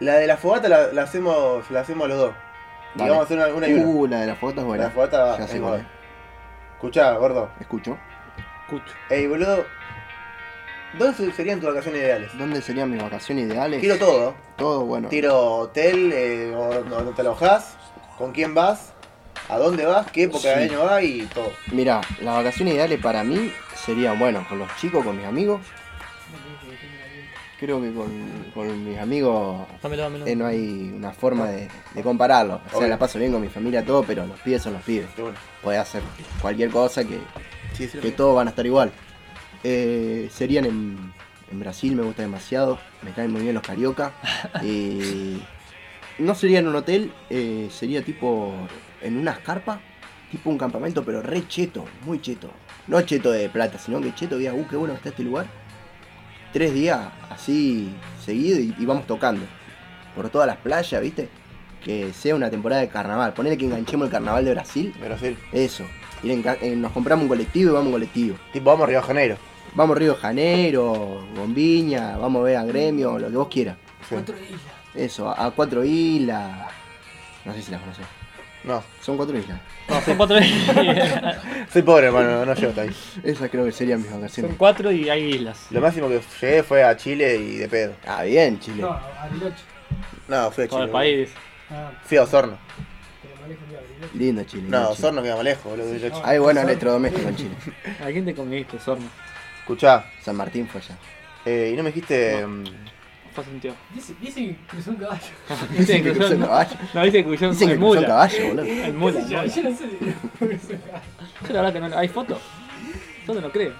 B: la de la fogata la, la hacemos, la hacemos los dos. Y
C: Dale.
B: vamos a hacer una, una y una.
C: Uh, la de las fotos es buena.
B: la fogata
C: ya
B: es
C: sé cuál
B: buena. Escuchá, gordo.
C: es. Escucho.
D: Escucho.
B: Ey, boludo. ¿Dónde serían tus vacaciones ideales?
C: ¿Dónde serían mis vacaciones ideales?
B: Tiro todo.
C: Todo bueno.
B: Tiro hotel, eh, o no, no te alojás, con quién vas, a dónde vas, qué época del
C: Sí.
B: año vas y todo.
C: Mira, las vacaciones ideales para mí serían, bueno, con los chicos, con mis amigos. creo que con, con mis amigos
D: Dámelo, dámelo.
C: eh, no hay una forma de, de compararlo. O sea,
B: Obvio.
C: la paso bien con mi familia, todo, pero los pibes son los pibes.
B: Y bueno,
C: Podés hacer cualquier cosa que,
B: sí, sí,
C: que
B: lo-
C: todos van a estar igual. Eh, serían en, en Brasil, me gusta demasiado. Me caen muy bien los
B: *laughs*
C: carioca. Y no sería en un hotel, eh, sería tipo en unas carpas, tipo un campamento, pero re cheto, muy cheto. No cheto de plata, sino que cheto, digas, uh, qué bueno que está este lugar. Tres días así seguido y, y vamos tocando. Por todas las playas, ¿viste? Que sea una temporada de carnaval. Ponele que enganchemos el carnaval de Brasil.
B: Brasil.
C: Eso. Ir en ca- eh, nos compramos un colectivo y vamos en colectivo.
B: Tipo, vamos a Río de Janeiro.
C: Vamos a Río de Janeiro, Bombiña, vamos a ver a Gremio, lo que vos quieras.
B: Sí.
A: Cuatro islas.
C: Eso, a, a cuatro islas. No sé si las conoces.
B: No,
C: Son cuatro islas.
D: No, son
C: *laughs*
D: cuatro islas.
B: soy pobre, hermano, no llego hasta ahí.
C: Esas creo que serían mis vacaciones.
D: Son cuatro y hay islas.
B: Lo máximo que llegué fue a Chile y de pedo.
C: Ah, bien, Chile.
A: No, Bariloche.
B: No, fui a
D: Todo
B: Chile.
D: el país.
A: Ah,
B: Fui a Osorno.
A: pero manejo yo Bariloche.
C: Lindo Chile.
B: No,
C: lindo Chile.
B: Osorno queda más lejos, boludo. de Chile.
C: Hay buenos electrodomésticos en Chile.
D: ¿A quién te comiste, Sorno?
B: Escuchá,
C: San Martín fue allá.
B: eh, y no me dijiste. mm,
D: Fue sentido. *laughs*
A: Dice- Dicen que cruzó un caballo.
D: Dicen que
C: cruzó
D: son-
C: en caballo.
D: No, dicen que cruzó
C: Dicen que
D: el
C: cruzó en
D: mula.
C: caballo, boludo.
D: El *laughs* mula.
A: Yo, yo no sé si cruzó un caballo.
D: Yo la verdad que no. ¿Hay fotos? Yo no lo creo.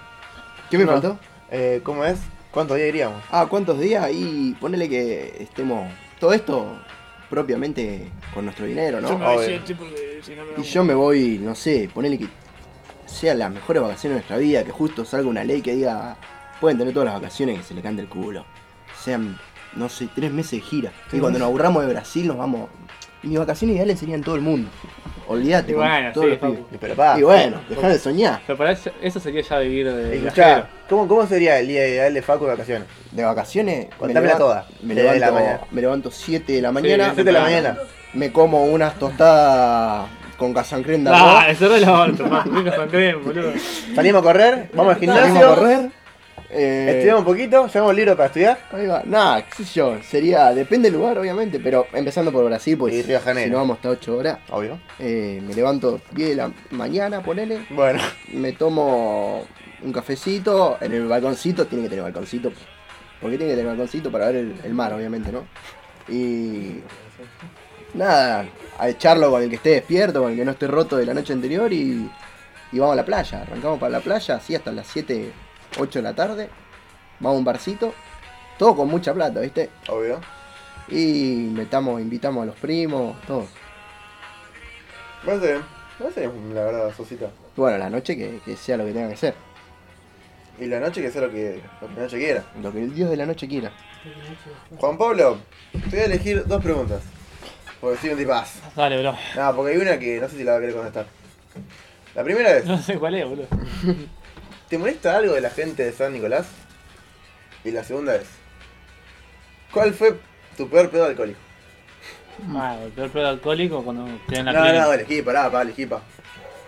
C: ¿Qué me
B: No.
C: faltó?
B: eh, ¿Cómo es? ¿Cuántos días iríamos?
C: Ah, ¿cuántos días? Y ponele que estemos. Todo esto propiamente con nuestro dinero, ¿no?
B: me voy Obvio.
A: tipo que si no me
C: Y yo me voy, no sé, ponele que sea las mejores vacaciones de nuestra vida, que justo salga una ley que diga, pueden tener todas las vacaciones que se le cante el culo. Sean, no sé, tres meses de gira. Y cuando nos aburramos de Brasil nos vamos... Mis vacaciones ideales serían todo el mundo. Olvídate,
D: Y
C: con
D: bueno,
C: todos los
D: sí,
C: pibes. Ah,
B: Y, Pero pa.
C: Y bueno, dejá de soñar.
D: Pero para eso, eso sería ya vivir de
B: Escuchá,
D: viajero. Ah,
B: ¿cómo, ¿cómo sería el día ideal de Facu de vacaciones?
C: De vacaciones... me
B: Contámela
C: levanto-
B: toda,
C: Me
B: desde
C: levanto,
B: la mañana.
C: me levanto 7 de la mañana.
D: desde
B: Siete de la mañana.
C: Me como unas tostadas con casancrenda.
D: Ah, eso es la otra, más boludo.
B: Salimos a correr, vamos al
C: Salimos
B: gimnasio,
C: a correr. eh,
B: estudiamos un poquito, llevamos libros para estudiar.
C: Ahí va. Nah, qué sé yo. Sería, depende del lugar, obviamente, pero empezando por Brasil, pues
B: Y Río de Janeiro.
C: si no vamos hasta 8 horas,
B: Obvio.
C: eh, me levanto 10 de la mañana, ponele,
B: Bueno,
C: me tomo un cafecito en el balconcito, tiene que tener balconcito, porque tiene que tener balconcito para ver el, el mar, obviamente, ¿no? Y nada, a echarlo con el que esté despierto, con el que no esté roto de la noche anterior y, y vamos a la playa. Arrancamos para la playa, así hasta las 7, 8 de la tarde. Vamos a un barcito, todo con mucha plata, ¿viste?
B: obvio.
C: Y metamos, invitamos a los primos, todo.
B: No sé, no sé, la verdad, Sosita.
C: Bueno, la noche que, que sea lo que tenga que ser,
B: Y la noche que sea lo que, lo que la noche quiera.
C: lo que el dios de la noche quiera.
B: Juan Pablo, te voy a elegir dos preguntas. Porque soy un tipaz.
D: Dale, bro. *laughs*
B: Nada, porque hay una que no sé si la va a querer contestar. La primera es,
D: No sé cuál es, boludo.
B: ¿te molesta algo de la gente de San Nicolás? Y la segunda es, ¿cuál fue tu peor pedo alcohólico?
D: Ah, el peor pedo alcohólico cuando quedé en la
B: No,
D: clínica.
B: no, elegí, pará, pará, elegí, pa.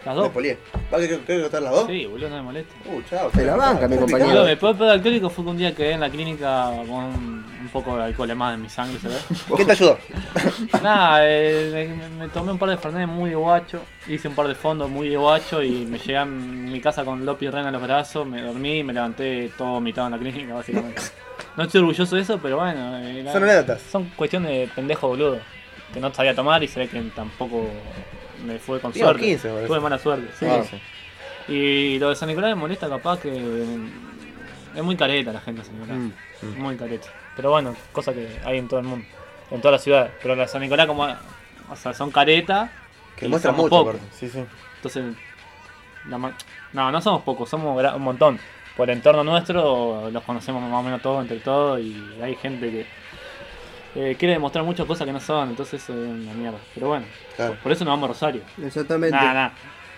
D: ¿Las
B: Me
D: dos?
B: polié. ¿Va a querer querer contar las dos?
D: Sí, boludo, no me molesta.
B: Uh, chao.
C: Te la banca, mi compañero.
D: Boludo, mi peor pedo alcohólico fue que un día quedé en la clínica con un poco de alcohol más en mi sangre, ¿sabes?
B: ¿Qué te ayudó?
D: Nada, eh, me, me tomé un par de fernet muy de guacho, hice un par de fondos muy de guacho y me llegué a mi casa con Lopi y Rena en los brazos, me dormí y me levanté todo vomitado en la clínica, básicamente. No estoy orgulloso de eso, pero bueno. eh, la-
B: Son anécdotas.
D: Son cuestiones de pendejo boludo, que no sabía tomar y se ve que tampoco me fue con
B: Digo,
D: suerte.
B: 15 me parece.
D: Tuve mala suerte, sí.
C: Ah.
D: Y lo de San Nicolás me molesta capaz que... eh, Es muy careta la gente de San
B: Mm.
D: Nicolás. Muy careta. Pero bueno, cosa que hay en todo el mundo. En toda la ciudad. Pero la de San Nicolás como... O sea, son caretas.
B: Que
D: y
B: muestra
D: somos
B: mucho,
D: pocos.
B: aparte. Sí, sí.
D: Entonces... la ma- No, no somos pocos, somos gra- un montón. Por el entorno nuestro los conocemos más o menos todos entre todos y hay gente que... eh, quiere demostrar muchas cosas que no son, entonces eso es una mierda. Pero bueno,
B: Claro.
D: por eso nos vamos a Rosario.
C: Exactamente.
D: Nada, nada.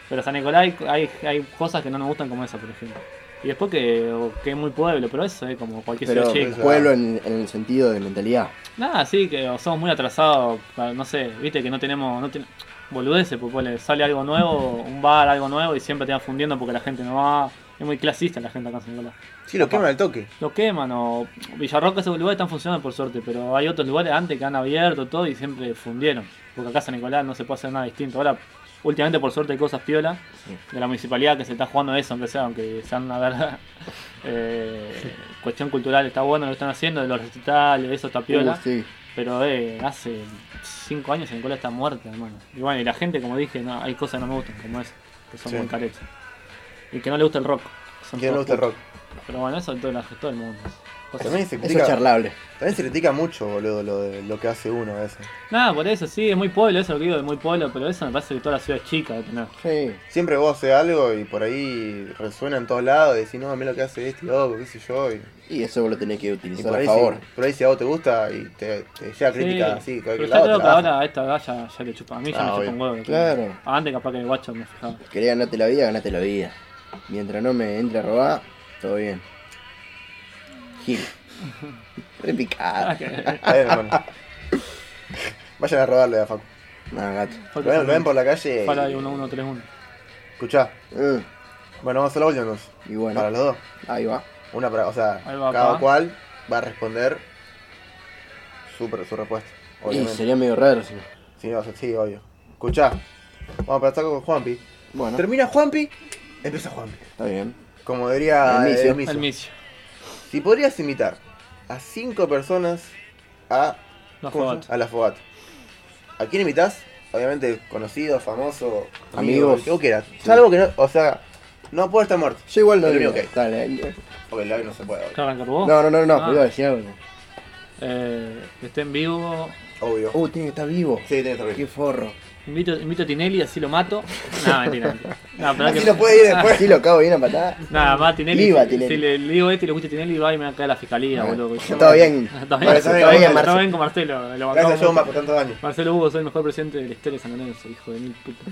D: Pero San Nicolás hay, hay, hay cosas que no nos gustan como esa, por ejemplo. Y después que, o que es muy pueblo, pero eso es como cualquier
C: Pero
D: ciudad chica.
B: pues,
C: pueblo en, en el sentido de mentalidad.
D: Nada, sí, que o somos muy atrasados, para- no sé, viste que no tenemos, no ten- boludeces, pues ponele, sale algo nuevo, un bar, algo nuevo y siempre te van fundiendo porque la gente no va. Es muy clasista la gente acá en San Nicolás.
B: Sí, lo
D: Papá.
B: queman al toque.
D: Lo queman o Villarroca, esos lugares están funcionando por suerte, pero hay otros lugares antes que han abierto todo y siempre fundieron. Porque acá San Nicolás no se puede hacer nada distinto. Ahora Últimamente, por suerte, hay cosas piola
C: Sí.
D: de la municipalidad que se está jugando eso, aunque sea, aunque sea una verdad. *laughs* eh, cuestión cultural está bueno lo que están haciendo, de los recitales, eso está piola.
C: Uh, sí.
D: Pero eh, hace cinco años en cola está muerta, hermano. Y bueno, y la gente, como dije, no, hay cosas que no me gustan, como eso, que son
B: Sí.
D: muy caretas. Y que no le gusta el rock. son
B: Que no le
D: todos
B: gusta el rock.
D: putos. Pero bueno, eso en todo, la- todo el mundo. Cosas-
B: También se,
C: Pues Eso es
B: critica,
C: charlable.
B: también se critica mucho, boludo, lo, de- lo que hace uno a veces.
D: Nada, por eso, sí, es muy pueblo, eso lo que digo, es muy pueblo, pero eso me parece que toda la ciudad es chica de tener.
C: Sí.
B: Siempre vos haces algo y por ahí resuena en todos lados. Y decís, no, mira lo que hace este loco, qué sé yo. Y,
C: Y eso vos lo tenés que
B: y
C: utilizar
B: por,
C: a
B: ahí
C: favor.
B: si, por ahí si a vos te gusta y te, te llega crítica así,
D: sí,
B: de
D: pero
B: cualquier
D: yo
B: lado.
D: creo
B: te
D: que
B: la
D: ahora a esta galla ya le chupa, a mí ya
C: Ah,
D: me
C: obvio.
D: chupa un huevo.
C: Claro.
D: Antes capaz que el guacho me fijaba.
C: Querés ganarte la vida, ganate la vida. Mientras no me entre a robar, todo bien.
B: *laughs*
C: Gil.
B: Ah,
D: Ah,
C: Repicado.
B: das. Está bien, hermano. *laughs* Vayan a robarle a Facu.
C: Nada, gato.
B: Lo ven, lo ven por la calle.
D: Para
B: y-
D: ahí 1131.
B: Escuchá.
C: Eh,
B: Bueno, vamos a la última entonces.
C: y bueno,
B: Para los dos.
C: ahí va.
B: Una para, o sea,
D: Ahí va,
B: cada
D: pa.
B: cual va a responder su, su respuesta.
C: Y
B: Obviamente.
C: sería medio raro si no.
B: Sí, o sea, sí, obvio. Escuchá. Vamos a empezar con Juanpi.
C: Bueno,
B: Termina Juanpi, empieza Juanpi.
C: está bien.
B: Como diría
C: El misio.
B: el misio.
D: El misio.
B: Si podrías invitar a cinco personas a,
D: Los
B: ¿cómo se
D: fogatos.
B: llama? a la fogata, ¿a quién invitas? Obviamente conocido, famoso,
C: Amigos.
B: el que vos quieras. Salvo que no, o sea, no puede estar muerto.
C: Yo igual no
B: Pero
C: digo.
B: mira, ok.
C: Dale, eh,
B: Porque el ave no se puede, obvio.
D: ¿Qué arrancar vos?
C: No, no, no, no,
D: Ah.
C: pero iba a decir algo.
D: Eh, que esté en vivo.
B: obvio.
C: Uh, tiene que estar vivo.
B: Sí, tenés que
C: Qué
B: estar
C: forro.
D: Invito, invito a Tinelli, así lo mato. Nada, mentira. mentira. No, pero
B: Así no puede ir después.
C: Así lo cago bien a patada.
D: Nada, va a Tinelli.
C: Iba a
D: si-
C: Tinelli.
D: Si le, le digo este y le gusta Tinelli, va y me va a caer a la fiscalía,
C: Ah,
D: boludo. pues,
C: Está bien.
D: *laughs* Está bien,
B: Marcelo,
D: está bien,
B: bien,
D: está
C: Marcelo.
D: bien con Marcelo. Lo
B: Gracias,
D: bancamos
B: John, por
D: mucho.
B: tantos años.
D: Marcelo Hugo, soy el mejor presidente de la historia de San Lorenzo, hijo de mil puta.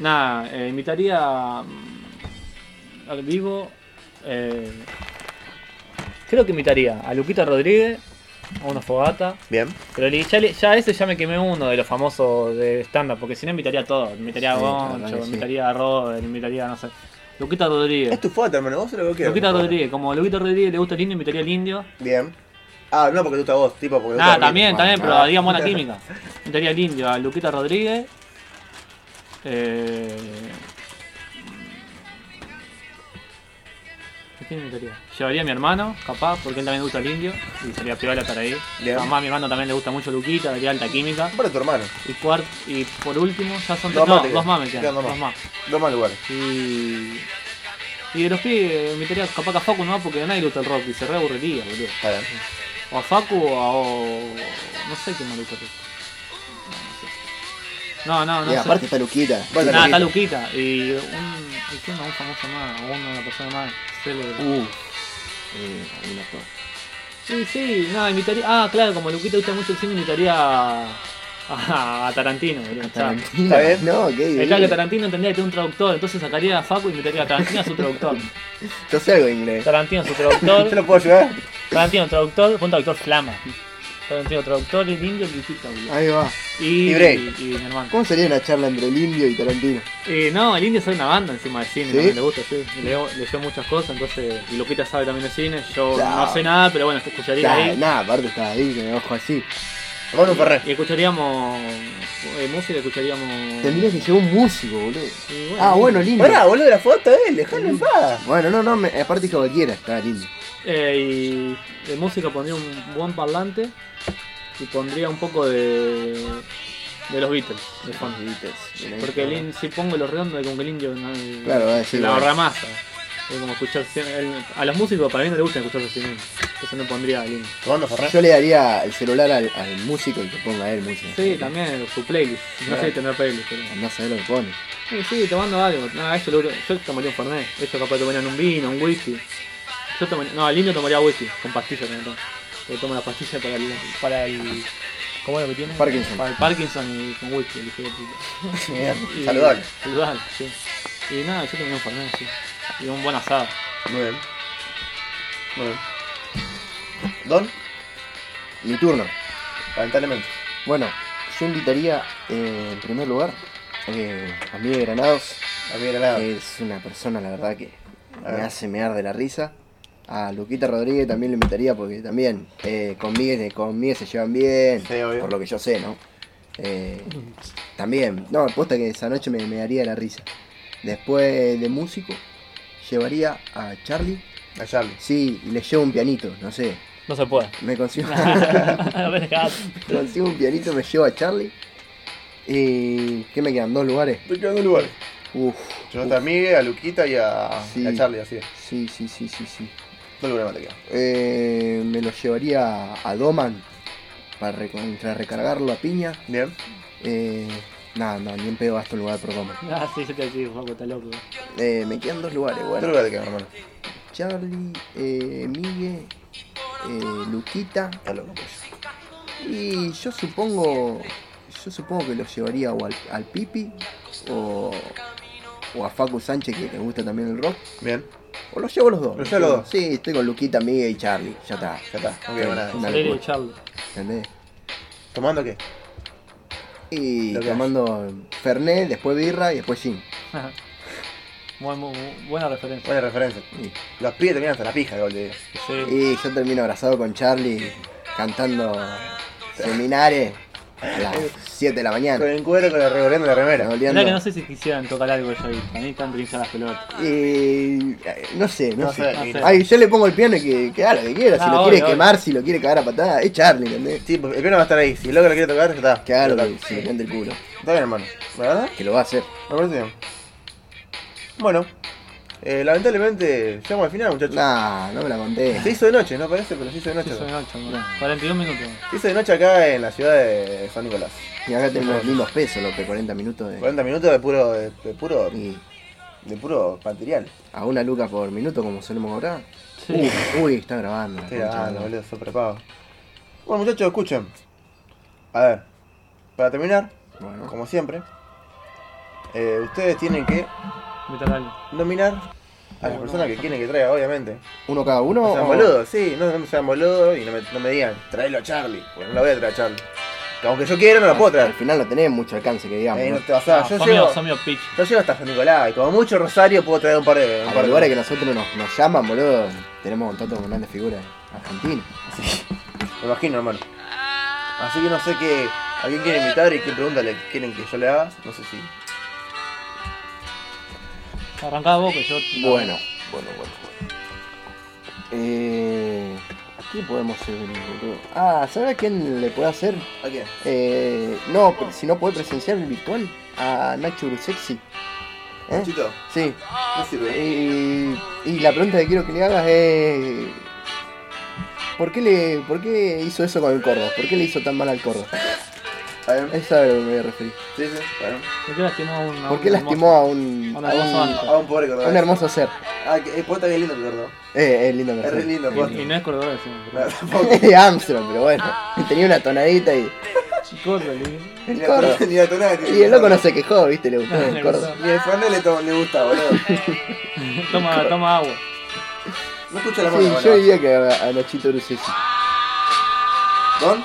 D: Nada, eh, invitaría mm, al vivo. eh, creo que invitaría a Luquita Rodríguez, a una fogata.
B: Bien.
D: Pero le- ya, le- ya ese ya me quemé uno de los famosos de stand-up, porque si no invitaría a todos. Invitaría a
C: Sí, la verdad
D: Goncho,
C: que sí.
D: invitaría a Robert, invitaría a no sé. Luquita
B: Es
D: Rodríguez.
B: tu foto, hermano. Vos se lo que quieras.
D: Luquita Rodríguez, como a Luquita Rodríguez le gusta el indio, invitaría al indio.
B: Bien. Ah, no, porque te gusta a vos, tipo. Porque te gusta
D: Ah,
B: dormir.
D: también, también,
B: Bueno,
D: pero
B: ah.
D: haría buena química. Invitaría al indio, a Luquita Rodríguez. Eh... ¿A quién invitaría? Llevaría a mi hermano, capaz, porque él también le gusta el indio. Y sería piola estar ahí.
B: Bien.
D: Además, a mi hermano también le gusta mucho Luquita, daría alta química.
B: Bueno, tu hermano.
D: Y cuarto, y por último, ya son
B: Dos
D: tres. No,
B: más te
D: dos
B: quedan.
D: más me
B: Quedan
D: quedan.
B: dos
D: Dos
B: más.
D: más.
B: Dos más lugares.
D: Y. Y de los pibes invitaría capaz que a Facu nomás porque a nadie le gusta el rock y se reaburriría, boludo.
B: Está bien.
D: O a Facu o a. o- no sé quién más le gusta el rock. No, no, no.
C: Y
D: sé.
C: aparte está Luquita.
B: Bueno,
D: Nada, está
B: Luquita.
D: Luquita. Y un. ¿Y quién más? Un famoso más, o una, una persona más célebre.
C: Uh. Eh, un actor.
D: Sí, sí, no, invitaría. Ah, claro, como Luquita gusta mucho el cine, invitaría a. a, a Tarantino, boludo. O sea,
C: Tarantino.
B: ¿Está bien?
C: No, qué
D: El claro que
C: divino.
D: Tarantino tendría que tener un traductor, entonces sacaría a Facu y metería a Tarantino a su traductor.
C: Yo sé algo de inglés.
D: Tarantino a su
C: *laughs*
B: ¿Yo
D: traductor,
B: lo puedo ayudar?
D: Tarantino traductor, fue un traductor flama. Tarantino traductor, el indio y Luquita, boludo.
C: Ahí va.
D: Y,
B: y Bray.
D: y mi hermano.
C: ¿Cómo sería una charla entre el indio y Tarantino?
D: Eh, no, el indio es una banda encima de cine,
C: ¿Sí?
D: también le gusta, sí. Leo- leyó muchas cosas, entonces. Y Luquita sabe también de cine, yo
C: Claro.
D: no sé nada, pero bueno, escucharía
C: Nah,
D: ahí.
C: Nada, aparte está ahí con el ojo así.
B: Tomar un ferré.
D: Y escucharíamos. eh, música, escucharíamos.
C: Tendría que llevar un músico, boludo.
D: Y
C: Ah, bueno, el indio.
B: Pará, boludo, la foto él, dejalo en paz.
C: Bueno, no, no, me, aparte dijo que quiera, está lindo.
D: Eh, y de música pondría un buen parlante y pondría un poco de, de los Beatles de fondo. Porque el in- si pongo los redondos, como que el indio no,
C: Claro, va a
D: se
C: decir.
D: la
C: bueno,
D: ramasa. Es como escuchar cien- el- a los músicos para mí no les gusta escucharse sin indio. Entonces no pondría al indio.
B: Tomando ferré.
C: Yo le daría el celular al, al músico y que ponga él música.
D: Sí, también su playlist. No sé si tendrá playlist, pero.
C: No sé lo que pone.
D: Sí, sí, tomando algo. No, ellos lo, yo tomaría un Fernet. Ellos capaz tomarían un vino, un whisky. Yo tomaría, no, el indio tomaría whisky, con pastilla también. toma. Porque toma la pastilla para el, para el... ¿Cómo es lo que tiene?
C: Parkinson.
D: Para el Parkinson y con whisky, el hijo de puta. Y-
B: Saludable.
D: Saludable, sí. Y nada, yo tomaría un Fernet, sí. Y un buen asado.
B: Muy bien. Muy bien. Don,
C: Mi turno.
B: lamentablemente.
C: Bueno, yo invitaría eh, en primer lugar eh, a Miguel Granados,
B: A mí era nada.
C: que es una persona, la verdad, que
B: Ah. A
C: me
B: ver.
C: hace mear de la risa. A Luquita Rodríguez también lo invitaría porque también eh, con, Miguel, con Miguel eh, se llevan bien,
B: Sí, obvio.
C: por lo que yo sé, ¿no? Eh, también, no, aposta que esa noche me, me daría la risa. Después de músico, llevaría a Charlie.
B: A Charlie.
C: Sí, y le llevo un pianito, no sé.
D: No se *laughs* puede.
B: *laughs*
C: Me consigo, *laughs*
D: A ver, gato.
C: consigo un pianito, me llevo a Charlie. ¿Y qué me quedan? ¿Dos lugares?
B: Me quedan dos lugares.
C: Uf.
B: Yo a Migue, a Luquita y a,
C: Sí.
B: a Charlie, así es.
C: uf, Sí, sí, sí, sí, sí.
B: Dos lugares más te quedan.
C: Eh, me lo llevaría a Doman para, recon- para recargarlo a piña.
B: Bien.
C: Eh, nada, no, ni en pedo gasto un lugar por Doman.
D: Ah, sí, yo te decía, Juaco, está loco.
C: Eh, me quedan dos lugares,
B: Dos
C: bueno.
B: lugares te quedan, hermano.
C: Charlie, eh, Migue, eh, Luquita.
B: Está loco, pues.
C: Y yo supongo. Yo supongo que lo llevaría o al, al Pipi o, o a Facu Sánchez, que le gusta también el rock.
B: Bien.
C: O los llevo los dos.
B: Los llevo los dos.
C: Sí, estoy con Luquita, Migue y Charlie. Ya está.
B: Ya está. No queda más nada.
C: Dale,
D: Valeria y
C: pues.
D: *laughs* Charlie.
C: ¿Entendés?
B: ¿Tomando qué?
C: Y
B: Lo que
C: tomando Fernet, después birra y después gin.
D: Muy, muy, muy buena referencia.
B: Buena referencia.
C: Y,
B: Los pies terminan hasta la pija, igual te digo.
D: Sí.
C: y yo termino abrazado con Charlie cantando seminares a las 7 de la
B: Con
C: mañana.
B: el cuero, con el revoleando la remera.
D: Mirá que no
C: Revoleando.
D: sé si quisieran tocar algo ellos ahí. A mí están trinchadas las pelotas.
C: Y eh, no sé, no,
B: No
C: sé.
B: sé.
D: no
B: ni-
D: sé.
C: Ay, yo le pongo el piano y que, que haga lo que quiera. Si
D: Ah,
C: lo
D: obvio,
C: quiere
D: obvio.
C: quemar, si lo quiere cagar a patadas, es Charlie, ¿entendés?
B: Sí, porque el piano va a estar ahí. Si el loco lo quiere tocar, ya está.
C: Que haga lo
B: Ya
C: que
B: está.
C: se le cante el culo.
B: Está bien, hermano. ¿Verdad?
C: Que lo va a hacer.
B: Me parece bien. Bueno, eh, lamentablemente llegamos al final, muchachos.
C: Nah, no me la conté.
B: Se hizo de noche, no parece, pero se hizo de
D: Sí,
B: noche.
D: son ocho, mirá. 41 minutos.
B: Se hizo de noche acá en la ciudad de San Nicolás.
C: Y acá tenemos lindos pesos, los de 40 minutos de.
B: 40 minutos de puro, de, de puro,
C: Y
B: de puro material.
C: a una luca por minuto, como solemos cobrar.
D: Sí.
C: Uy, uy, está grabando. la
B: Estoy
C: concha de
B: grabando,
C: la
B: ah, boludo, súper pago. Bueno, muchachos, escuchen. A ver, para terminar,
C: Bueno.
B: como siempre, eh, ustedes tienen que
D: Invitar a alguien.
B: nominar a las personas que quieren que traiga, obviamente.
C: ¿Uno cada uno?
B: No sean
C: o-
B: boludos, sí, no, no sean boludos y no me, no me digan, traelo a Charlie, porque no la voy a traer a Charlie. Que aunque yo quiera, no la puedo traer.
C: Al final no tenés mucho alcance, que digamos.
B: Eh,
C: ¿no?
B: no te vas a-
D: No,
B: yo,
D: Ah, son
B: llego,
D: medio- son medio pitch.
B: yo llego hasta San Nicolás y como mucho Rosario puedo traer un par de. Un
D: Ah,
C: A
B: par
C: los
B: de
C: lugares que nosotros nos, nos llaman, boludo, tenemos contacto con grandes figuras argentinas.
B: Me imagino, hermano. Así que no sé qué. ¿Alguien quiere invitar y qué pregunta le quieren que yo le haga? No sé si.
D: Arrancá vos que yo.
C: Bueno, bueno, bueno. bueno. Eh, ¿a ¿Quién podemos hacer? boludo? Ah, ¿sabes a quién le puede hacer?
B: ¿A quién?
C: Eh, no, pero si no puede presenciar el virtual, a Nacho Brusexi. ¿Eh?
B: Chito,
C: Sí.
B: ¿qué sirve?
C: Y, y la pregunta que quiero que le hagas es. ¿Por qué, le, ¿Por qué hizo eso con el corvo? ¿Por qué le hizo tan mal al corvo?
B: A ver,
C: Eso es a lo que me voy a referir.
B: sí, sí, bueno.
D: ¿Por qué lastimó a un.? a
C: ¿Por
D: un
C: qué lastimó a un,
D: A
C: a
D: un
C: un-
D: hermoso ángel.
B: Ah, A un pobre
C: a un
B: cordobés.
C: hermoso ser?
B: Ah, que, eh, posta bien lindo el
C: *laughs*
B: cordobés.
C: Eh, es lindo *laughs*
B: Es re lindo,
D: hermoso? Y, y
B: posta.
D: no es cordobés, sí.
B: No, tampoco.
C: Armstrong, pero bueno. Tenía una tonadita y.
D: Cordobés.
C: El
B: Ni
C: corvo.
B: a- Ni a Tonati.
C: Y el loco no se quejó, viste, le gustó el
D: Le
C: corvo.
D: gustó.
B: Ni el Fernet le, to- le gusta,
C: *laughs*
B: boludo.
D: *laughs* Toma, toma agua.
B: No escucho la
C: Sí,
B: mano,
C: yo
B: boludo.
C: diría que a, a Nachito Brusesi.
B: ¿Don?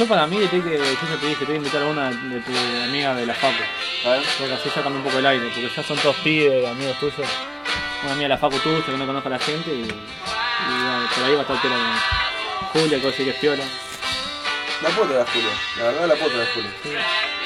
D: Yo para mí, te, que, yo ya te dije, te voy a invitar a una de tus amigas de la Facu.
B: A ver.
D: Porque así ya cambia un poco el aire, porque ya son todos pibes, amigos tuyos. Una amiga de la Facu tuya que no conozca a la gente y, y bueno, por ahí va a estar piola también. Julia, que vos decís que es piola.
B: La puedo traer a Julio. La verdad, la puedo traer a Julio.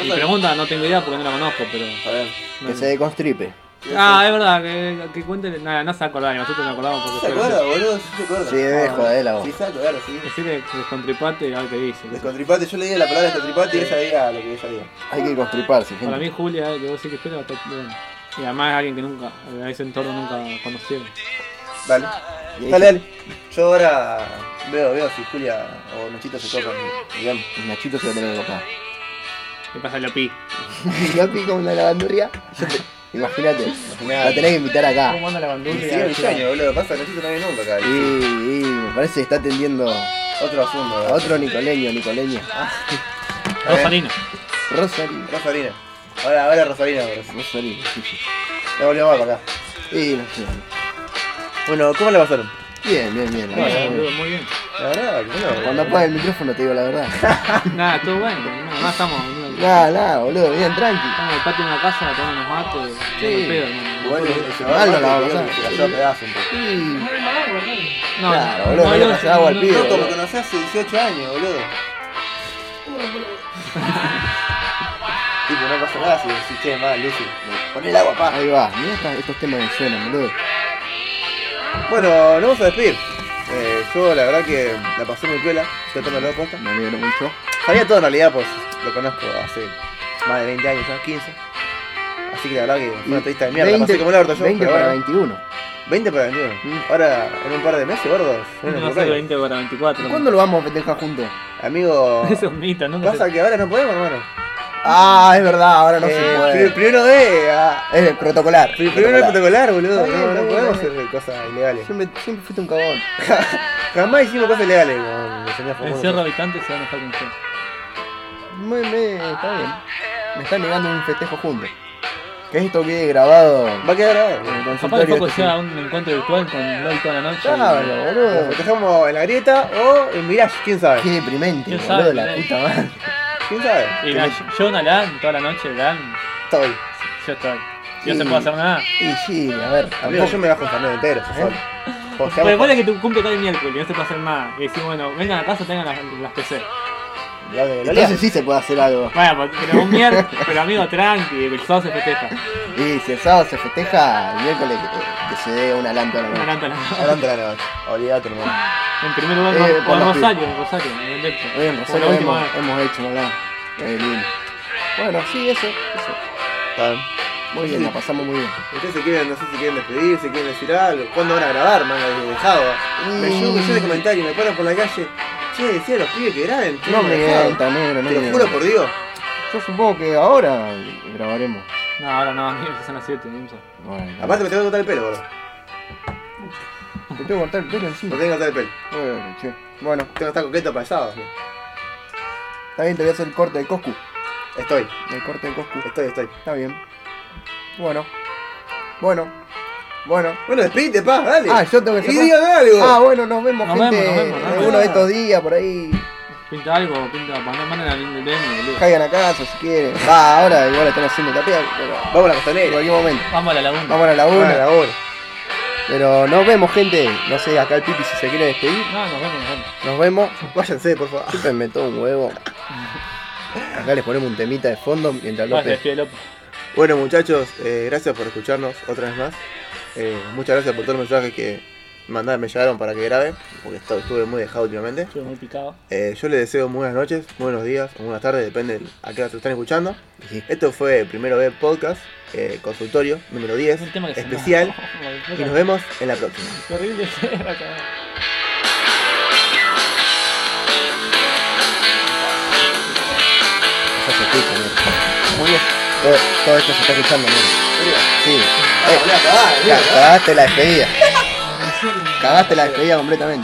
D: Y pregunta, no tengo idea porque no la conozco, pero.
B: A ver.
C: Que se deconstripe.
D: Ah, es verdad, que, que cuente. Nada, no se acordaba, nosotros nos acordamos
B: ¿Sí
D: porque.
B: ¿Se acuerda, boludo? Sí, eh. se acuerda.
C: Sí, debe joder eh, la voz.
B: Sí, se acuerda, sí.
D: Decirle descontripate y a ver qué dice.
B: Descontripate, yo le dije la palabra descontripate y ella diga lo que ella diga.
C: Hay que constriparse,
D: Para mí,
C: gente.
D: Julia, eh, que vos decís que es piola, va a estar piola. Y además es alguien que nunca, a ese entorno nunca conocieron.
B: Dale. Dale, dale. Yo ahora veo, veo si Julia o Nachito se tocan. Bien.
C: Nachito se va a tener *laughs* papá.
D: ¿Qué pasa, Lopi?
C: Lo pico una lavandurria. Yo te- Imagínate. La tenés que invitar acá.
D: ¿Cómo anda la bandura?
B: Sí, el sueño, boludo. Pasa, Nachito no viene nunca acá.
C: Y, y me parece que está atendiendo a
B: Otro asunto, ¿verdad?
C: otro nicoleño, nicoleña.
D: Rosalina.
C: Rosario.
B: Rosalina. Ahora, ahora Rosalina, bro.
C: Rosario, sí, sí.
B: No volvemos más para acá.
C: Y no sé.
B: Bueno, ¿cómo le pasaron?
C: Bien, bien, bien. la verdad,
D: Bueno,
C: bien.
D: boludo, muy bien.
B: La verdad, que no.
C: Cuando apague el micrófono te digo la verdad.
D: Nada, todo bueno. No, no estamos. No,
C: Nada, nada, boludo, bien tranqui.
D: Estamos en el patio de una casa, tomando unos mates. Sí.
C: Sí.
D: pedo, hermano.
B: Igual
C: Bueno,
B: el
C: se
B: señor
C: mal no la va a
B: Mati, creo
C: pasar.
B: que se cayó a pedazos un poco.
C: Y
D: No,
C: Claro, boludo, no le
D: no,
C: pasé agua al pibe,
B: Loco, me
C: boludo.
B: conocí hace 18 años, boludo. Tipo, no pasa nada si decís, che, más, Lucy. me- Poné el agua, pa.
C: Ahí va, mira esta- estos temas que suenan, boludo.
B: Bueno, nos vamos a despedir. Eh, yo la verdad que la pasé muy cruela, estoy tomando la posta.
C: Me alegro mucho.
B: Sabía todo en realidad, pues lo conozco hace más de 20 años, ya 15. Así que la verdad que fue una entrevista de mierda, la pasé como el orto yo.
C: 20
B: pero
C: para
B: bueno.
C: 21.
B: 20 para 21.
C: Mm.
B: Ahora, en un par de meses, gordos. viene
D: Va a
B: el
D: ser
B: cumpleaños.
D: 20 para 24.
C: ¿Cuándo lo vamos a festejar juntos? *laughs*
B: Amigo,
D: *laughs* Eso es un mito, nunca
B: pasa
D: se-
B: que ahora no podemos, hermano.
C: Ah, es verdad, ahora no
B: Eh,
C: se
B: pri-
C: puede.
B: Primero de. ah,
C: Es protocolar.
B: pri- Primero de protocolar, boludo.
C: Está bien,
B: No,
C: está
B: no
C: bien,
B: podemos
C: está
B: hacer cosas ilegales. *laughs*
C: Siempre, siempre fuiste un cagón.
B: Jamás hicimos cosas ilegales con el señor
D: El
B: Facundo.
D: cerro habitante se va a enojar con usted.
C: Me, me, está bien. Me están negando un festejo juntos. Que esto quede grabado en
B: Va a quedar ahora.
C: el
D: Capaz que
C: consultorio.
D: Foco
C: este
D: sea un encuentro virtual con LOL toda la noche. y-
C: Claro,
B: Nos
C: boludo.
B: festejamos en la grieta o en Mirage, quién sabe.
C: Qué deprimente,
D: ¿Quién
C: boludo,
D: sabe,
C: la
D: boludo?
C: puta madre.
B: ¿Quién sabe?
D: Y la Jonah Lan, toda la noche, Lan,
B: Estoy.
D: yo estoy.
C: Sí.
D: Yo no se puede hacer nada.
C: Y sí, a ver,
B: Amigo, yo
C: tampoco.
B: me bajo un Fernet entero,
C: ¿Eh?
B: yo solo. O sea,
D: Pero pone que tu cumple cae el miércoles, no se puede hacer nada. Y decís, bueno, vengan a casa, tengan las, las PC.
B: la de Lolia.
C: Entonces sí se puede hacer algo.
D: Bueno, pues, pero un miércoles,
C: *laughs*
D: pero amigo, tranqui, el sábado se festeja.
C: Y si el sábado se festeja, el miércoles eh, que, que se dé una lanta a la
D: Me
C: noche.
D: encanta la-
B: Adelante la noche. Olvídate, hermano.
D: En primer lugar,
C: Eh,
D: con
C: por las
D: Rosario, Rosario, en el Lecce.
C: Oye, en
D: Como
C: Rosario
D: la última
C: hemos,
D: vez.
C: hemos hecho, ¿verdad? Qué lindo. Bueno, sí, eso, eso.
B: Está bien.
C: Muy bien, la pasamos muy bien.
B: Ustedes se quieren, no sé si quieren despedir, si quieren decir algo. ¿Cuándo van a grabar, manga de dejado? Me
C: Mm.
B: llevo un millón de comentarios, me paran por la calle. Che, decía a los pibes que graben. che,
C: No me
B: dejado.
C: mientas, negro, no
B: Te
C: me
B: lo juro por Dios.
C: Yo supongo que ahora grabaremos.
D: No, ahora no, amigo, ya son las 7, Imsa.
C: Bueno,
B: Aparte me tengo que cortar el pelo, boludo.
C: te tengo que cortar el pelo encima.
B: Me tengo que cortar el pelo.
C: Bueno, che. Bueno,
B: Tengo que estar coqueto para el sábado.
C: está bien, te voy a hacer el corte de Coscu.
B: Estoy,
C: El corte de Coscu.
B: estoy, estoy.
C: Está bien. Bueno. Bueno. Bueno.
B: Bueno, despedite, pa, dale.
C: Ah, yo tengo que
B: y
C: cerrar.
B: digan algo.
C: Ah, bueno, nos vemos,
D: Nos
C: gente.
D: vemos, nos vemos, nos
C: alguno
B: vemos.
C: de estos días por ahí.
D: Pinta algo, pinta, manda- manden al link del DM, boludo.
C: Caigan a casa si quieren. Va, ahora igual están haciendo tapia, pero
B: Vamos a la
C: en
B: costanera.
C: cualquier momento.
D: Vamos a la laguna.
C: Vamos a la laguna.
B: Bueno, ahora.
C: Pero nos vemos, gente. No sé, acá el pipi si se quiere despedir.
D: No, nos vemos, nos vemos.
C: Nos vemos.
B: Váyanse, por favor.
C: Chúpenme todo un huevo. Acá les ponemos un temita de fondo mientras
D: Vaya,
C: López.
D: despide, López.
B: Bueno muchachos, eh, gracias por escucharnos otra vez más. Eh, muchas gracias por todos los mensajes que mandaron, me llegaron para que grabe, porque estu- estuve muy dejado últimamente.
D: Estuve muy picado.
B: Eh, yo les deseo muy buenas noches, muy buenos días, o buenas tardes, depende de a qué hora se están escuchando.
C: Sí.
B: Esto fue Primero B Podcast, eh, consultorio número 10,
D: Es un tema que se-
B: especial,
D: Joder, *laughs*
B: y nos vemos en la próxima.
D: qué Horrible, *laughs* cabrón.
C: Ya se escucha, mira. Todo, todo esto se está escuchando, mira. Sí. Eh,
B: Hola, cabal,
C: ya, cagaste la despedida.
A: En serio.
C: Cagaste la despedida completamente.